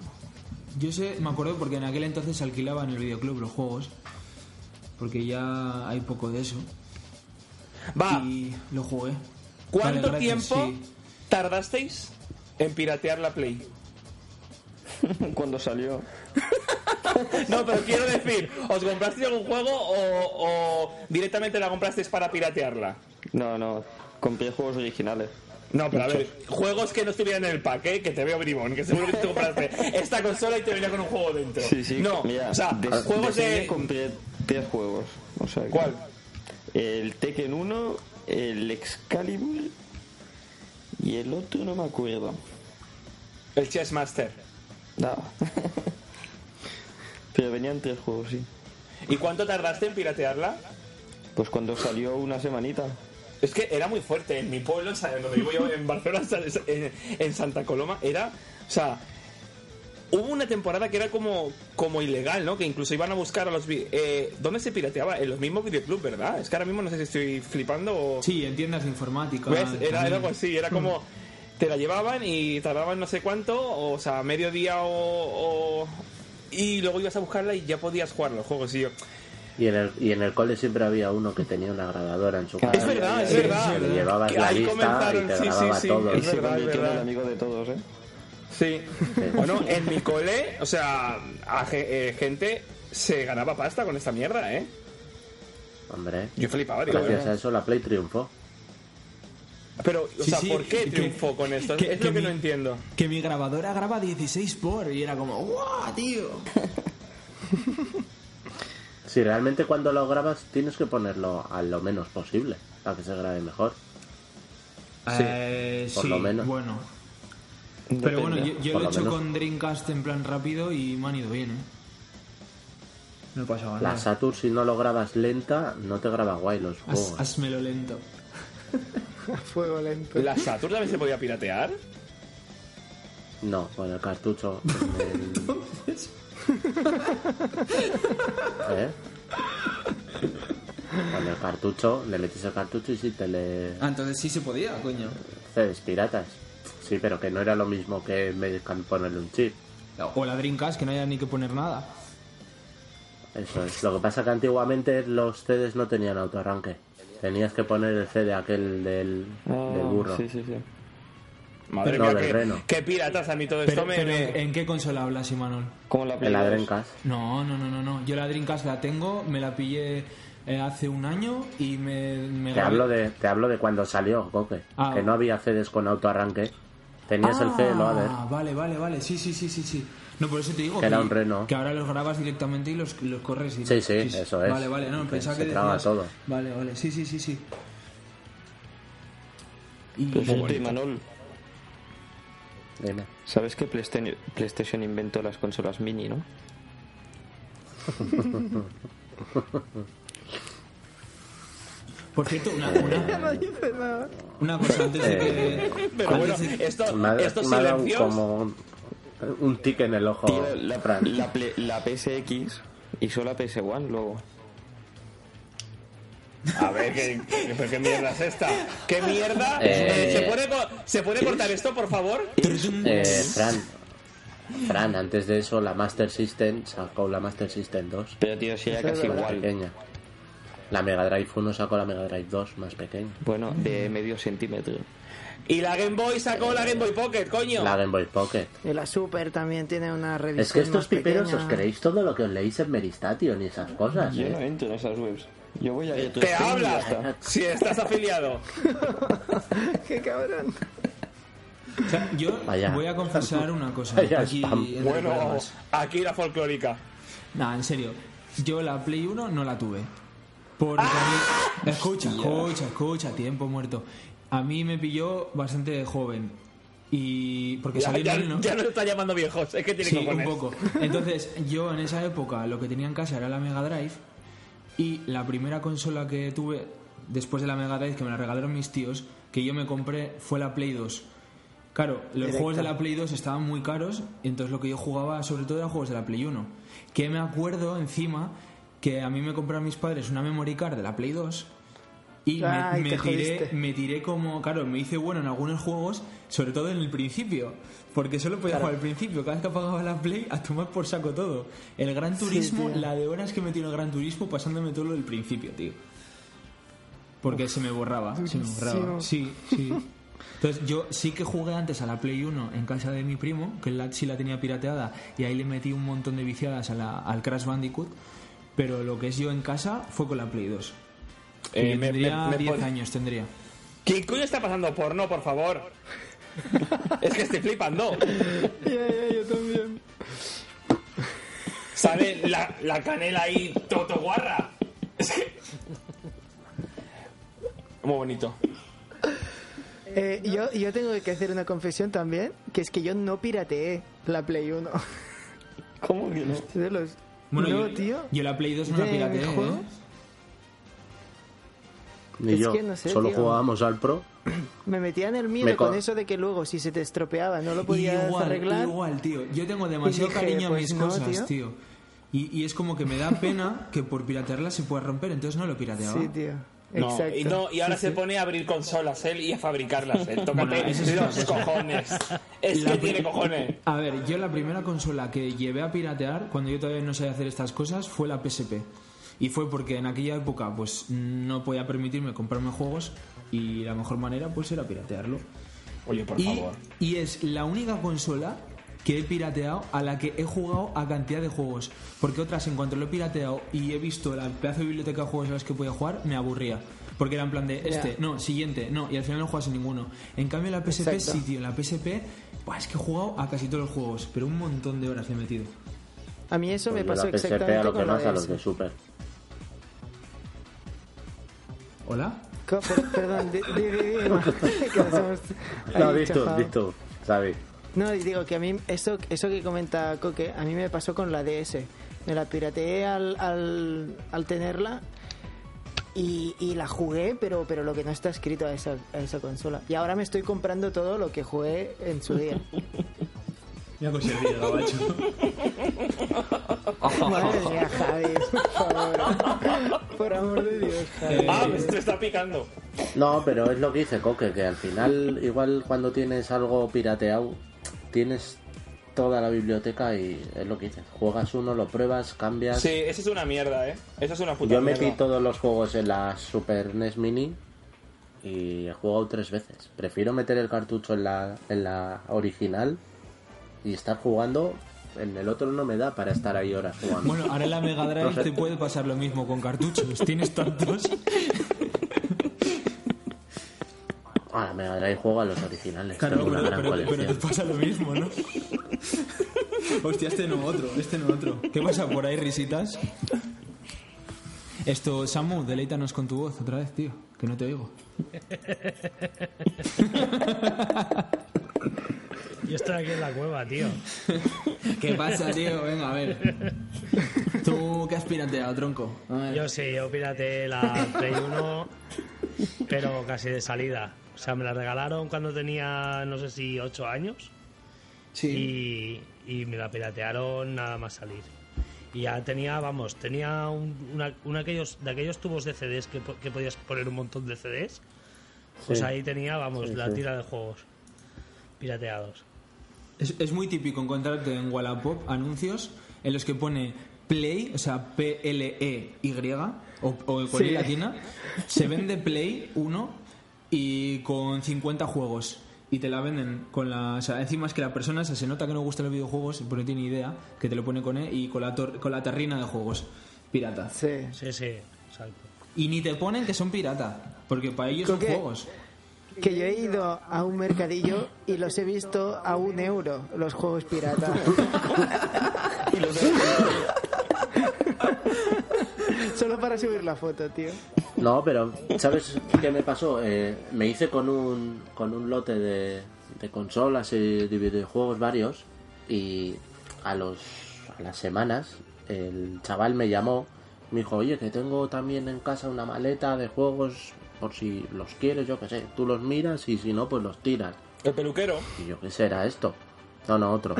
Yo sé, me acuerdo porque en aquel entonces se alquilaba en el videoclub los juegos, porque ya hay poco de eso. Va, Y lo jugué. Ah. ¿cuánto Vale, gracias, tiempo sí. tardasteis en piratear la Play? Cuando salió. No, pero quiero decir, ¿os comprasteis algún juego o, o directamente la comprasteis para piratearla? No, no. Compré juegos originales. No, pero a ver, juegos que no estuvieran en el pack, ¿eh? que te veo bribón, que seguro que te compraste esta consola y te venía con un juego dentro. Sí, sí. no, mira, o sea, de- juegos Sega de... compré tres juegos. O sea, que- ¿Cuál? El Tekken 1, el Excalibur y el otro no me acuerdo. El Chess Master. Nada. Pero venían tres juegos, sí. ¿Y cuánto tardaste en piratearla? Pues cuando salió una semanita. Es que era muy fuerte. En mi pueblo, en San- donde vivo yo, en Barcelona, en, en Santa Coloma, era. O sea. Hubo una temporada que era como, como ilegal, ¿no? Que incluso iban a buscar a los. vi- Eh, ¿Dónde se pirateaba? En los mismos videoclubs, ¿verdad? Es que ahora mismo no sé si estoy flipando o. Sí, en tiendas de informática. ¿Ves? Era, también. era algo así, era como. Te la llevaban y tardaban no sé cuánto, o, sea, mediodía o, o- Y luego ibas a buscarla y ya podías jugar los juegos. Y yo. Y en, el, y en el cole siempre había uno que tenía una grabadora en su casa. Es verdad, es Y verdad. Le llevabas Que la ahí lista y comenzaron, te sí, sí, grababa sí, todo. Y es se verdad, convirtió en verdad. el amigo de todos, ¿eh? Sí. Bueno, en mi cole, o sea, a ge- eh, gente se ganaba pasta con esta mierda, ¿eh? Hombre, Yo flipaba, digo, gracias bueno. a eso la Play triunfó. Pero, o Sí, sea, sí, ¿por qué que- triunfó con esto? que- es lo que mi- no entiendo. Que mi grabadora graba 16 por y era como, ¡guau, tío! Si realmente cuando lo grabas tienes que ponerlo a lo menos posible para que se grabe mejor. Eh, por sí, lo menos. Bueno, Pero bueno, yo, yo por lo he lo hecho menos. con Dreamcast en plan rápido y me han ido bien, ¿eh? No pasaba La nada. Saturn, si no lo grabas lenta, no te graba guay los Haz- juegos. Házmelo lento. A fuego lento. ¿La Saturn también se podía piratear? No, con el cartucho. Entonces. ¿Eh? Con el cartucho, le metes el cartucho y si te le Ah, entonces sí se podía, coño. haces piratas. Sí, pero que no era lo mismo que en vez de can- ponerle un chip. O la Dreamcast, que no haya ni que poner nada. Eso es. Lo que pasa que antiguamente los CDs no tenían autoarranque. Tenías que poner el CD aquel del, del burro. Ah, Sí, sí, sí. Madre No, mía, del qué, reno. qué piratas a mí todo esto Pero, me... pero, eh, me- ¿en qué consola hablas, Imanol? Como la En Play la 2. Dreamcast. No, no, no, no, no. Yo la Dreamcast la tengo, me la pillé eh, hace un año y me, me Te grabé- hablo de, te hablo de cuando salió, Coque. Ah. Que no había CDs con autoarranque. Tenías el CD loader. Ah, vale, vale, vale. Sí, sí, sí, sí, sí. No, por eso te digo Que era un reno. que ahora los grabas directamente y los, los corres. Y, Sí, sí, eso es. Vale, vale, no, Que pensaba se que traba decías- todo. Vale, vale, sí, sí, sí, sí. Y Por cierto, Imanol, Dime. ¿sabes que Playsten- PlayStation inventó las consolas mini, no? por cierto, una, Eh. una, una cosa antes de que... Pero bueno, antes de- esto, Me ha, estos me ha dado silencios... como un, un tic en el ojo. Tío, la, Fran. la Play- la PSX hizo la PS1 luego. A ver, ¿qué, qué, pero qué mierda es esta? ¿Qué mierda? Eh. ¿Se, puede, co- ¿Se puede cortar esto, por favor? Eh, Fran. Fran, antes de eso, la Master System sacó la Master System 2. Pero tío, si era Eso es casi verdad. igual. Pequeña. La Mega Drive 1 sacó la Mega Drive 2, más pequeña. Bueno, de medio centímetro. Y la Game Boy sacó la Game Boy Pocket, coño. La Game Boy Pocket. Y la Super también tiene una revisión Es que estos más piperos pequeña. os creéis todo lo que os leéis en Meristatio ni esas cosas. Yo no ¿eh? entro en esas webs. Yo voy a ¿Te RetroSpin y ya hablas? está. Si estás afiliado. ¡Qué cabrón! o sea, yo Vaya. voy a confesar una cosa. Vaya aquí, spam. entre Bueno, programas. aquí la folclórica. Nah, en serio. Yo la Play 1 no la tuve. Porque a mí... Escucha, escucha, escucha, tiempo muerto. A mí me pilló bastante joven. Y... Porque Ya, salí ya, mal, ¿no? ya nos está llamando viejos, es que tiene Sí, un cojones. poco. Entonces, yo en esa época lo que tenía en casa era la Mega Drive y la primera consola que tuve después de la Mega Drive que me la regalaron mis tíos, que yo me compré fue la Play 2. Claro, los juegos de la Play 2 estaban muy caros, y entonces lo que yo jugaba sobre todo eran juegos de la Play 1. Que me acuerdo encima que a mí me compraron mis padres una memory card de la Play 2 y me- Ay, me, te tiré, jodiste. me tiré como, claro, me hice bueno en algunos juegos, sobre todo en el principio, porque solo podía jugar al principio, cada vez que apagaba la play a tomar por saco todo. El Gran Turismo, tío. la de horas que me tiró el Gran Turismo pasándome todo lo del principio, tío. Porque se me borraba, se me borraba. durísimo. Sí, sí. Entonces yo sí que jugué antes a la Play 1 en casa de mi primo, que la, sí la tenía pirateada, y ahí le metí un montón de viciadas a la- al Crash Bandicoot, pero lo que es yo en casa fue con la Play 2. Eh, Y me- tendría me- me 10 pon- años, tendría. ¿Qué coño está pasando porno, por favor? es que estoy flipando. yo también. Sale la, la canela ahí, Toto Guarra. Es que- Muy bonito. Eh, yo, yo tengo que hacer una confesión también, que es que yo no pirateé la Play 1. ¿Cómo que no? De los- Bueno, no, yo, tío. yo la Play 2 no la ¿De pirateé, ¿eh? juegos? Ni Es yo. que no sé, Solo tío. jugábamos al Pro. Me metía en el miedo Me co- con eso de que luego, si se te estropeaba, no lo podías igual, arreglar. igual, tío. Yo tengo demasiado Y dije, cariño a pues mis no, cosas, tío. tío. Y, y es como que me da pena que por piratearla se pueda romper, entonces no lo pirateaba. Sí, tío. No, Exacto. Y, no, y ahora Sí, se sí. pone a abrir consolas él y a fabricarlas él. Tócate Bueno, eso es otra los cosa. cojones. Es que La- tiene cojones. A ver, yo la primera consola que llevé a piratear cuando yo todavía no sabía hacer estas cosas fue la PSP. Y fue porque en aquella época pues no podía permitirme comprarme juegos y la mejor manera pues era piratearlo. Oye, por Y, favor. y es la única consola que he pirateado a la que he jugado a cantidad de juegos. Porque otras, en cuanto lo he pirateado y he visto la pedazo de biblioteca de juegos a las que podía jugar, me aburría. Porque era en plan de este, no, siguiente, no, y al final no juegas en ninguno. En cambio, la PSP Exacto. sí, tío, en la PSP, buah, es que he jugado a casi todos los juegos, pero un montón de horas le he metido. A mí eso me Pues pasó yo la PSP a exactamente lo que con la más a los DS. de Super. ¿Hola? Co- per- Perdón, di, di, di, di, ma- que nos hemos ahí No, di tú, chafado. di tú, Xavi. No, digo que a mí, eso, eso que comenta Coque, a mí me pasó con la DS. Me la pirateé al, al, al tenerla y, y la jugué, pero, pero lo que no está escrito a esa, a esa consola. Y ahora me estoy comprando todo lo que jugué en su día. Ya conseguí el gabacho. Madre mía, Javi, por favor. Por amor de Dios, Javi. Ah, pues te está picando. No, pero es lo que dice Coque, que al final, igual cuando tienes algo pirateado, tienes toda la biblioteca y es lo que dices. Juegas uno, lo pruebas, cambias. Sí, eso es una mierda, ¿eh? Eso es una puta Yo mierda. metí todos los juegos en la Super NES Mini y he jugado tres veces. Prefiero meter el cartucho en la, en la original y estar jugando. En el otro no me da para estar ahí horas jugando. Bueno, ahora en la Mega Drive te puede pasar lo mismo con cartuchos. Tienes tantos. Ah, la Mega Drive juega los originales, Claro, pero una pero, gran pero- pero colección. te pasa lo mismo, ¿no? Hostia, este no otro, este no otro. ¿Qué pasa por ahí, risitas? Esto, Samu, deleítanos con tu voz otra vez, tío, que no te oigo. Yo estoy aquí en la cueva, tío. ¿Qué pasa, tío? Venga, a ver. ¿Tú qué has pirateado, tronco? A ver. Yo sí, yo pirateé la Play 1, pero casi de salida. O sea, me la regalaron cuando tenía, no sé si 8 años. Sí. Y, y me la piratearon nada más salir. Y ya tenía, vamos, tenía un, una- un aquellos, de aquellos tubos de CDs que, po- que podías poner un montón de CDs. Pues Sí. ahí tenía, vamos, Sí, la sí. tira de juegos pirateados. Es, es muy típico encontrarte en Wallapop anuncios en los que pone Play, o sea, P-L-E-Y, o, o con I latina, se vende Play 1 y con 50 juegos. Y te la venden con la... O sea, encima es que la persona esa se nota que no gusta los videojuegos, pero no tiene idea, que te lo pone con E y con la, tor- con la tarrina de juegos. Pirata. Sí. Sí, sí, exacto. Y ni te ponen que son pirata, porque para ellos son ¿Con qué? juegos. Que yo he ido a un mercadillo y los he visto a un euro, los juegos pirata. Solo para subir la foto, tío. No, pero ¿sabes qué me pasó? Eh, me hice con un, con un lote de, de consolas y de videojuegos varios y a, los, a las semanas el chaval me llamó, me dijo, oye, que tengo también en casa una maleta de juegos por si los quieres, yo qué sé, tú los miras y si no, pues los tiras. El peluquero. Y yo, ¿qué será esto? No, no, otro.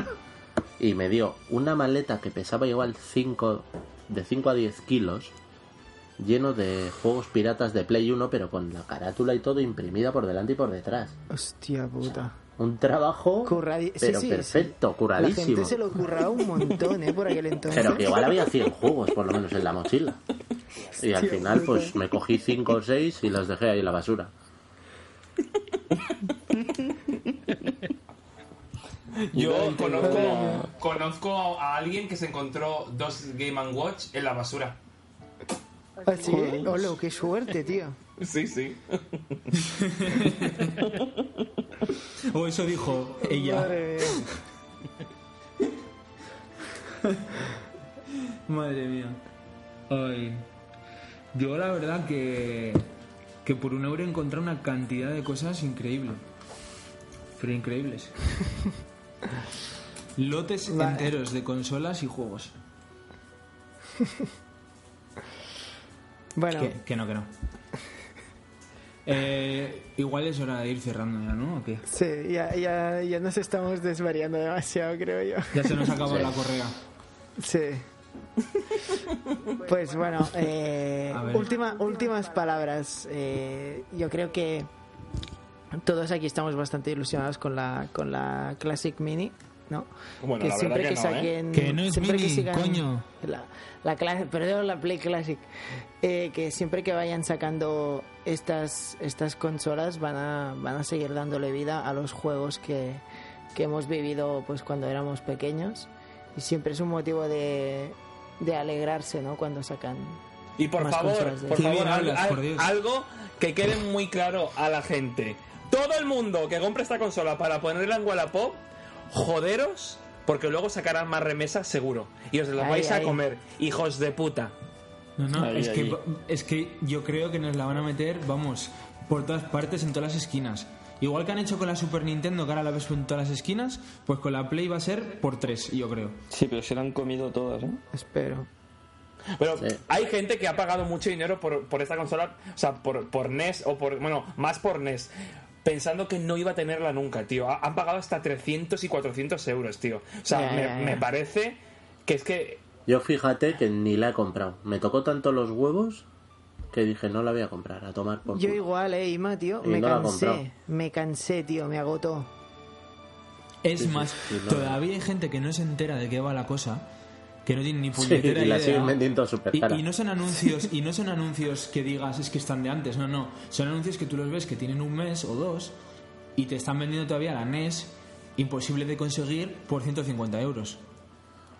Y me dio una maleta que pesaba igual 5, de 5 a 10 kilos, lleno de juegos piratas de Play 1, pero con la carátula y todo imprimida por delante y por detrás. Hostia puta. Un trabajo Curradi- sí, pero sí, perfecto, sí. La curadísimo. gente se lo curraba un montón, ¿eh? Por aquel entonces. Pero que igual había 100 juegos, por lo menos, en la mochila. Y al Hostia final, puta. pues me cogí 5 o 6 y los dejé ahí en la basura. Yo conozco, conozco a alguien que se encontró dos Game Watch en la basura. ¿Ah, sí? Hola, qué suerte, tío. Sí, sí. O eso dijo ella. Madre mía. Madre mía. Ay. Yo la verdad que, que por un euro he encontrado una cantidad de cosas increíble. Pero increíbles. Lotes Vale. enteros de consolas y juegos. Bueno, Que, que no, que no. Eh, igual es hora de ir cerrando ya, ¿no? ¿O qué? sí, ya, ya, ya nos estamos desvariando demasiado, creo yo. Ya se nos acabó la correa. Sí. Pues bueno, eh, A ver. última, últimas palabras. Eh, yo creo que todos aquí estamos bastante ilusionados con la, con la Classic Mini, ¿no? Bueno, que la verdad siempre que que, no, ¿eh? saquen. Que no es Mm, siempre que mini, sigan coño. La, la cla- perdón, la Play Classic. Eh, que siempre que vayan sacando estas, estas consolas van a, van a seguir dándole vida a los juegos que, que hemos vivido pues cuando éramos pequeños. Y siempre es un motivo de, de alegrarse, ¿no? Cuando sacan. Y por Más favor, consolas de- por eh. Qué bien favor, al- hablas, al- por Dios. algo que quede muy claro a la gente. Todo el mundo que compre esta consola para ponerla en Wallapop, joderos, porque luego sacarán más remesas seguro. Y os las Ay, vais a ay. comer, hijos de puta. No, no, Ahí, es, ahí. Que, es que yo creo que nos la van a meter, vamos, por todas partes, en todas las esquinas. Igual que han hecho con la Super Nintendo, que ahora la ves en todas las esquinas, pues con la Play va a ser por tres, yo creo. Sí, pero se lo han comido todas, ¿eh? Espero. Pero Sí. hay gente que ha pagado mucho dinero por, por esta consola, o sea, por, por NES o por, bueno, más por NES, pensando que no iba a tenerla nunca, tío. Ha- Han pagado hasta 300 y 400 euros, tío. O sea, Ya, me, ya, ya. me parece que es que... Yo fíjate que ni la he comprado. Me tocó tanto los huevos que dije no la voy a comprar, a tomar por Yo culo. igual, eh, Ima, tío. Y Me no la ha comprado. cansé. Me cansé, tío. Me agotó. Es Sí, sí, más, sí, no, todavía hay gente que no se entera de qué va la cosa, que no tiene ni Sí, puñetera y la idea. siguen vendiendo súper cara. Y, y no son anuncios, y no son anuncios que digas es que están de antes, no, no. Son anuncios que tú los ves que tienen un mes o dos y te están vendiendo todavía la NES imposible de conseguir por 150 euros.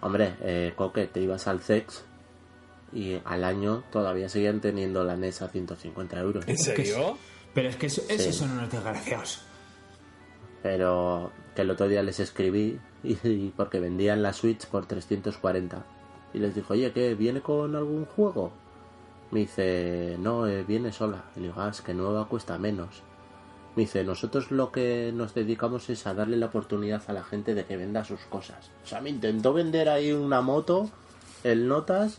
Hombre, eh, Coque, te ibas al sex y al año todavía siguen teniendo la NES a 150 euros. ¿En serio? Pero es que eso- esos son unos desgraciados. Pero que el otro día les escribí y, y porque vendían la Switch por 340. Y les dijo, oye, ¿qué? ¿Viene con algún juego? Me dice, no, eh, viene sola. Y le digo, ah, es que nueva cuesta menos. Me dice, nosotros lo que nos dedicamos es a darle la oportunidad a la gente de que venda sus cosas. O sea, me intentó vender ahí una moto, el Notas,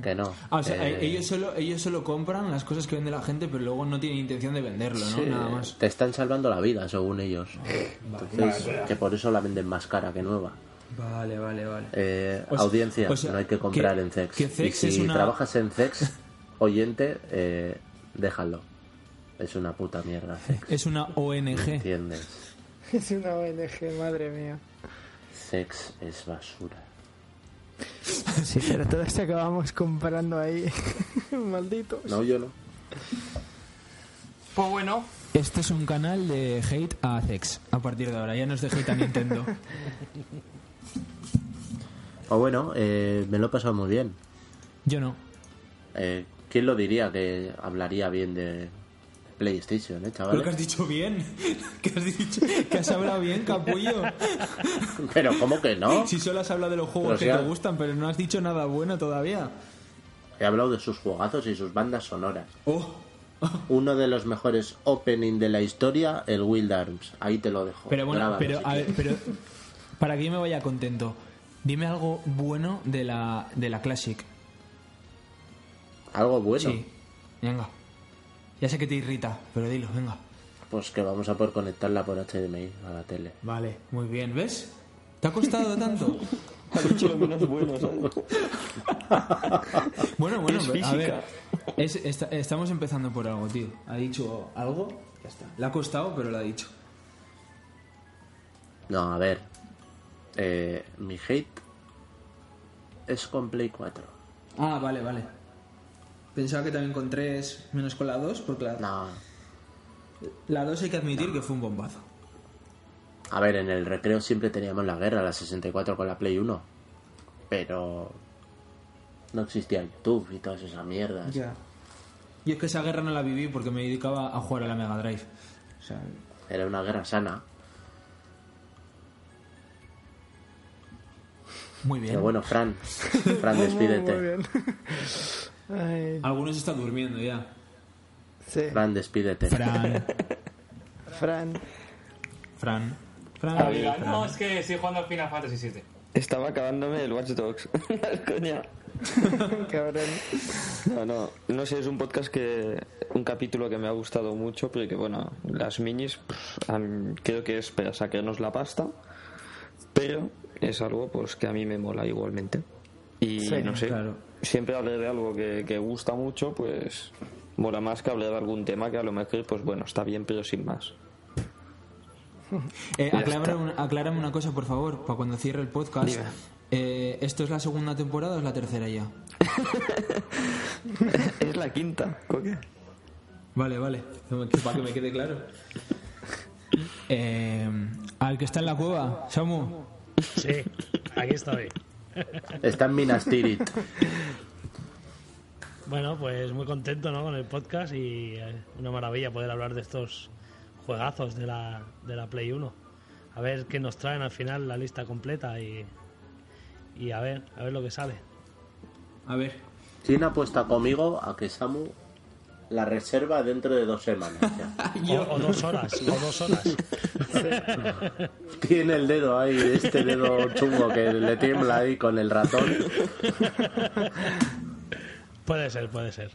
que no. Ah, o sea, eh, ellos, solo, ellos solo compran las cosas que vende la gente, pero luego no tienen intención de venderlo, ¿no? Sí, Nada más. Te están salvando la vida, según ellos. Entonces, Vale. que por eso la venden más cara que nueva. Vale, vale, vale. Eh, O sea- audiencia, o sea, no hay que comprar que- en Zex. que Zex y es si una- trabajas en Zex, oyente, eh, déjalo. Es una puta mierda, Zex. Es una ONG. ¿Entiendes? Es una ONG, madre mía. Zex es basura. Sí, pero todos acabamos comprando ahí. Malditos. No, yo no. Pues bueno, Este es un canal de hate a Zex. A partir de ahora, ya no es de hate a Nintendo. O bueno, eh, me lo he pasado muy bien. Yo no. Eh, ¿Quién lo diría que hablaría bien de PlayStation, eh, Lo que chavales? has dicho bien. Que has dicho. Que has hablado bien, capullo. Pero ¿cómo que no? Si solo has hablado de los juegos Oh. Pero que sea- te gustan, pero no has dicho nada bueno todavía. He hablado de sus juegazos y sus bandas sonoras. Oh. Uno de los mejores opening de la historia, el Wild Arms. Ahí te lo dejo. Pero bueno, Grábalo, pero, si a ver, quieres. pero para que yo me vaya contento, dime algo bueno de la, de la Classic. Algo bueno. Sí. Venga. Ya sé que te irrita, pero dilo, venga. Pues que vamos a poder conectarla por HDMI a la tele. Vale, muy bien, ¿ves? ¿Te ha costado tanto? Ha dicho lo menos bueno, ¿sabes? Bueno, bueno, Es pero, a ver. física. es- esta- estamos empezando por algo, tío. Ha dicho algo, ya está. Le ha costado, pero lo ha dicho. No, a ver. Eh, mi hate es con Play 4. Ah, vale, vale. Pensaba que también con 3 menos con la 2, porque la, No. la 2 hay que admitir que fue un bombazo. A ver, en el recreo siempre teníamos la guerra, la 64 con la Play 1. Pero. No existía YouTube y todas esas mierdas. Ya. Y es que esa guerra no la viví porque me dedicaba a jugar a la Mega Drive. O sea, Era una guerra sana. muy bien. Pero bueno, Fran. Fran, Muy despídete. bien. Ay, Algunos están durmiendo ya. sí. Fran, despídete. Fran, Fran. Fran, Fran. Eh, Ah, diga, no, es que estoy jugando al Final Fantasy VII. Estaba acabándome el Watch Dogs. Coña. Cabrón. No, no, no sé, es un podcast que. Un capítulo que me ha gustado mucho, pero que bueno, las minis, pff, a mí- creo que es para sacarnos la pasta, pero es algo pues que a mí me mola igualmente. Y Sí, no sé, claro. siempre hablar de algo que, que gusta mucho, pues mola más que hablar de algún tema que a lo mejor, pues bueno, está bien, pero sin más. Eh, Ya aclárame, está. una, aclárame una cosa, por favor, para cuando cierre el podcast. Dime. Eh, ¿Esto es la segunda temporada o es la tercera ya? es la quinta, coque. Vale, vale. Para que me quede claro. Eh, al que está en la cueva, Samu. Sí, aquí estoy. Está en Minas Tirith. Bueno, pues muy contento ¿no? con el podcast y eh, una maravilla poder hablar de estos juegazos de la, de la Play 1. A ver qué nos traen al final la lista completa y, y a ver a ver lo que sale. A ver. ¿Quién apuesta conmigo a que Samu la reserva dentro de dos semanas. ya. O, o dos horas, o dos horas. Tiene el dedo ahí, este dedo chungo que le tiembla ahí con el ratón. Puede ser, puede ser.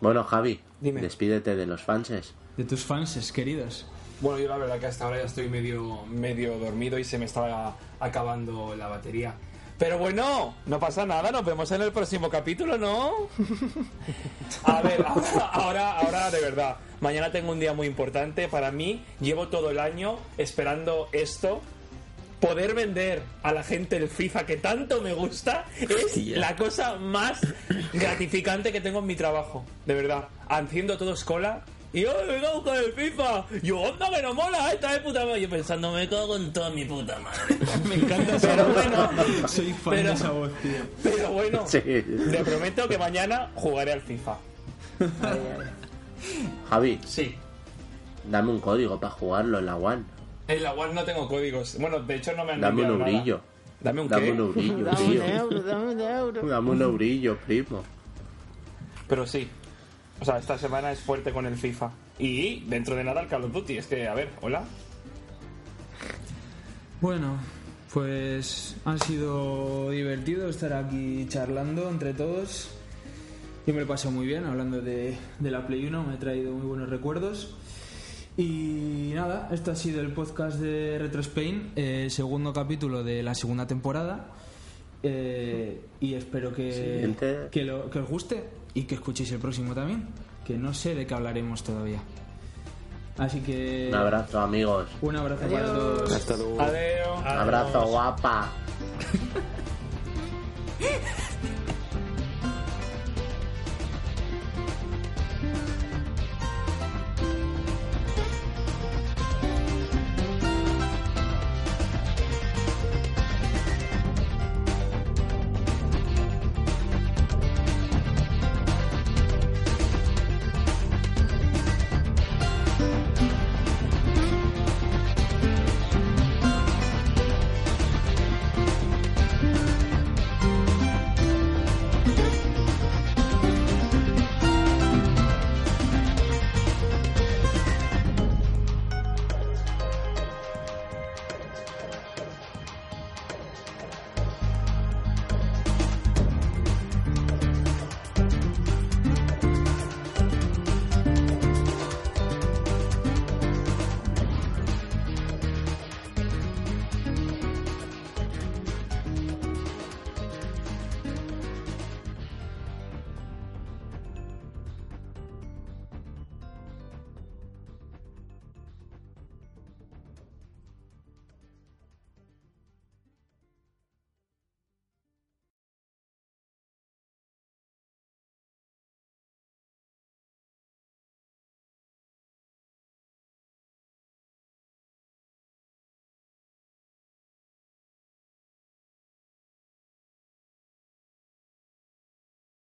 Bueno, Javi, Dime. despídete de los fanses. De tus fans queridos. Bueno, yo la verdad que hasta ahora ya estoy medio, medio dormido y se me estaba acabando la batería. Pero bueno, no pasa nada, nos vemos en el próximo capítulo, ¿no? A ver, ahora, ahora, ahora, de verdad, mañana tengo un día muy importante para mí. Llevo todo el año esperando esto. Poder vender a la gente el FIFA que tanto me gusta es Hostia. la cosa más gratificante que tengo en mi trabajo, de verdad. Haciendo todos cola. Y hoy me cago con el FIFA. Yo, onda que no mola eh, esta de puta madre. Yo pensando, me cago en toda mi puta madre. Me encanta esa Pero voz. bueno, Soy fan pero- de esa voz, tío. Pero bueno, Sí. te prometo que mañana jugaré al FIFA. Javi, Sí. dame un código para jugarlo en la One. En la web no tengo códigos. Bueno, de hecho no me han Dame enviado un nada. eurillo. Dame un Dame qué? un eurillo, Dame un tío. euro, dame un euro. Dame un eurillo, primo. Pero sí. O sea, esta semana es fuerte con el FIFA. Y dentro de nada el Call of Duty. Es que, a ver, hola. Bueno, pues ha sido divertido estar aquí charlando entre todos. Yo me lo he pasado muy bien hablando de, de la Play 1, me he traído muy buenos recuerdos. Y nada, esto ha sido el podcast de Retro Spain, eh, segundo capítulo de la segunda temporada. Eh, y espero que, Siguiente. que, lo- que os guste y que escuchéis el próximo también, que no sé de qué hablaremos todavía. Así que Un abrazo, amigos. un abrazo para todos. Hasta luego. Adeo. Un abrazo, guapa.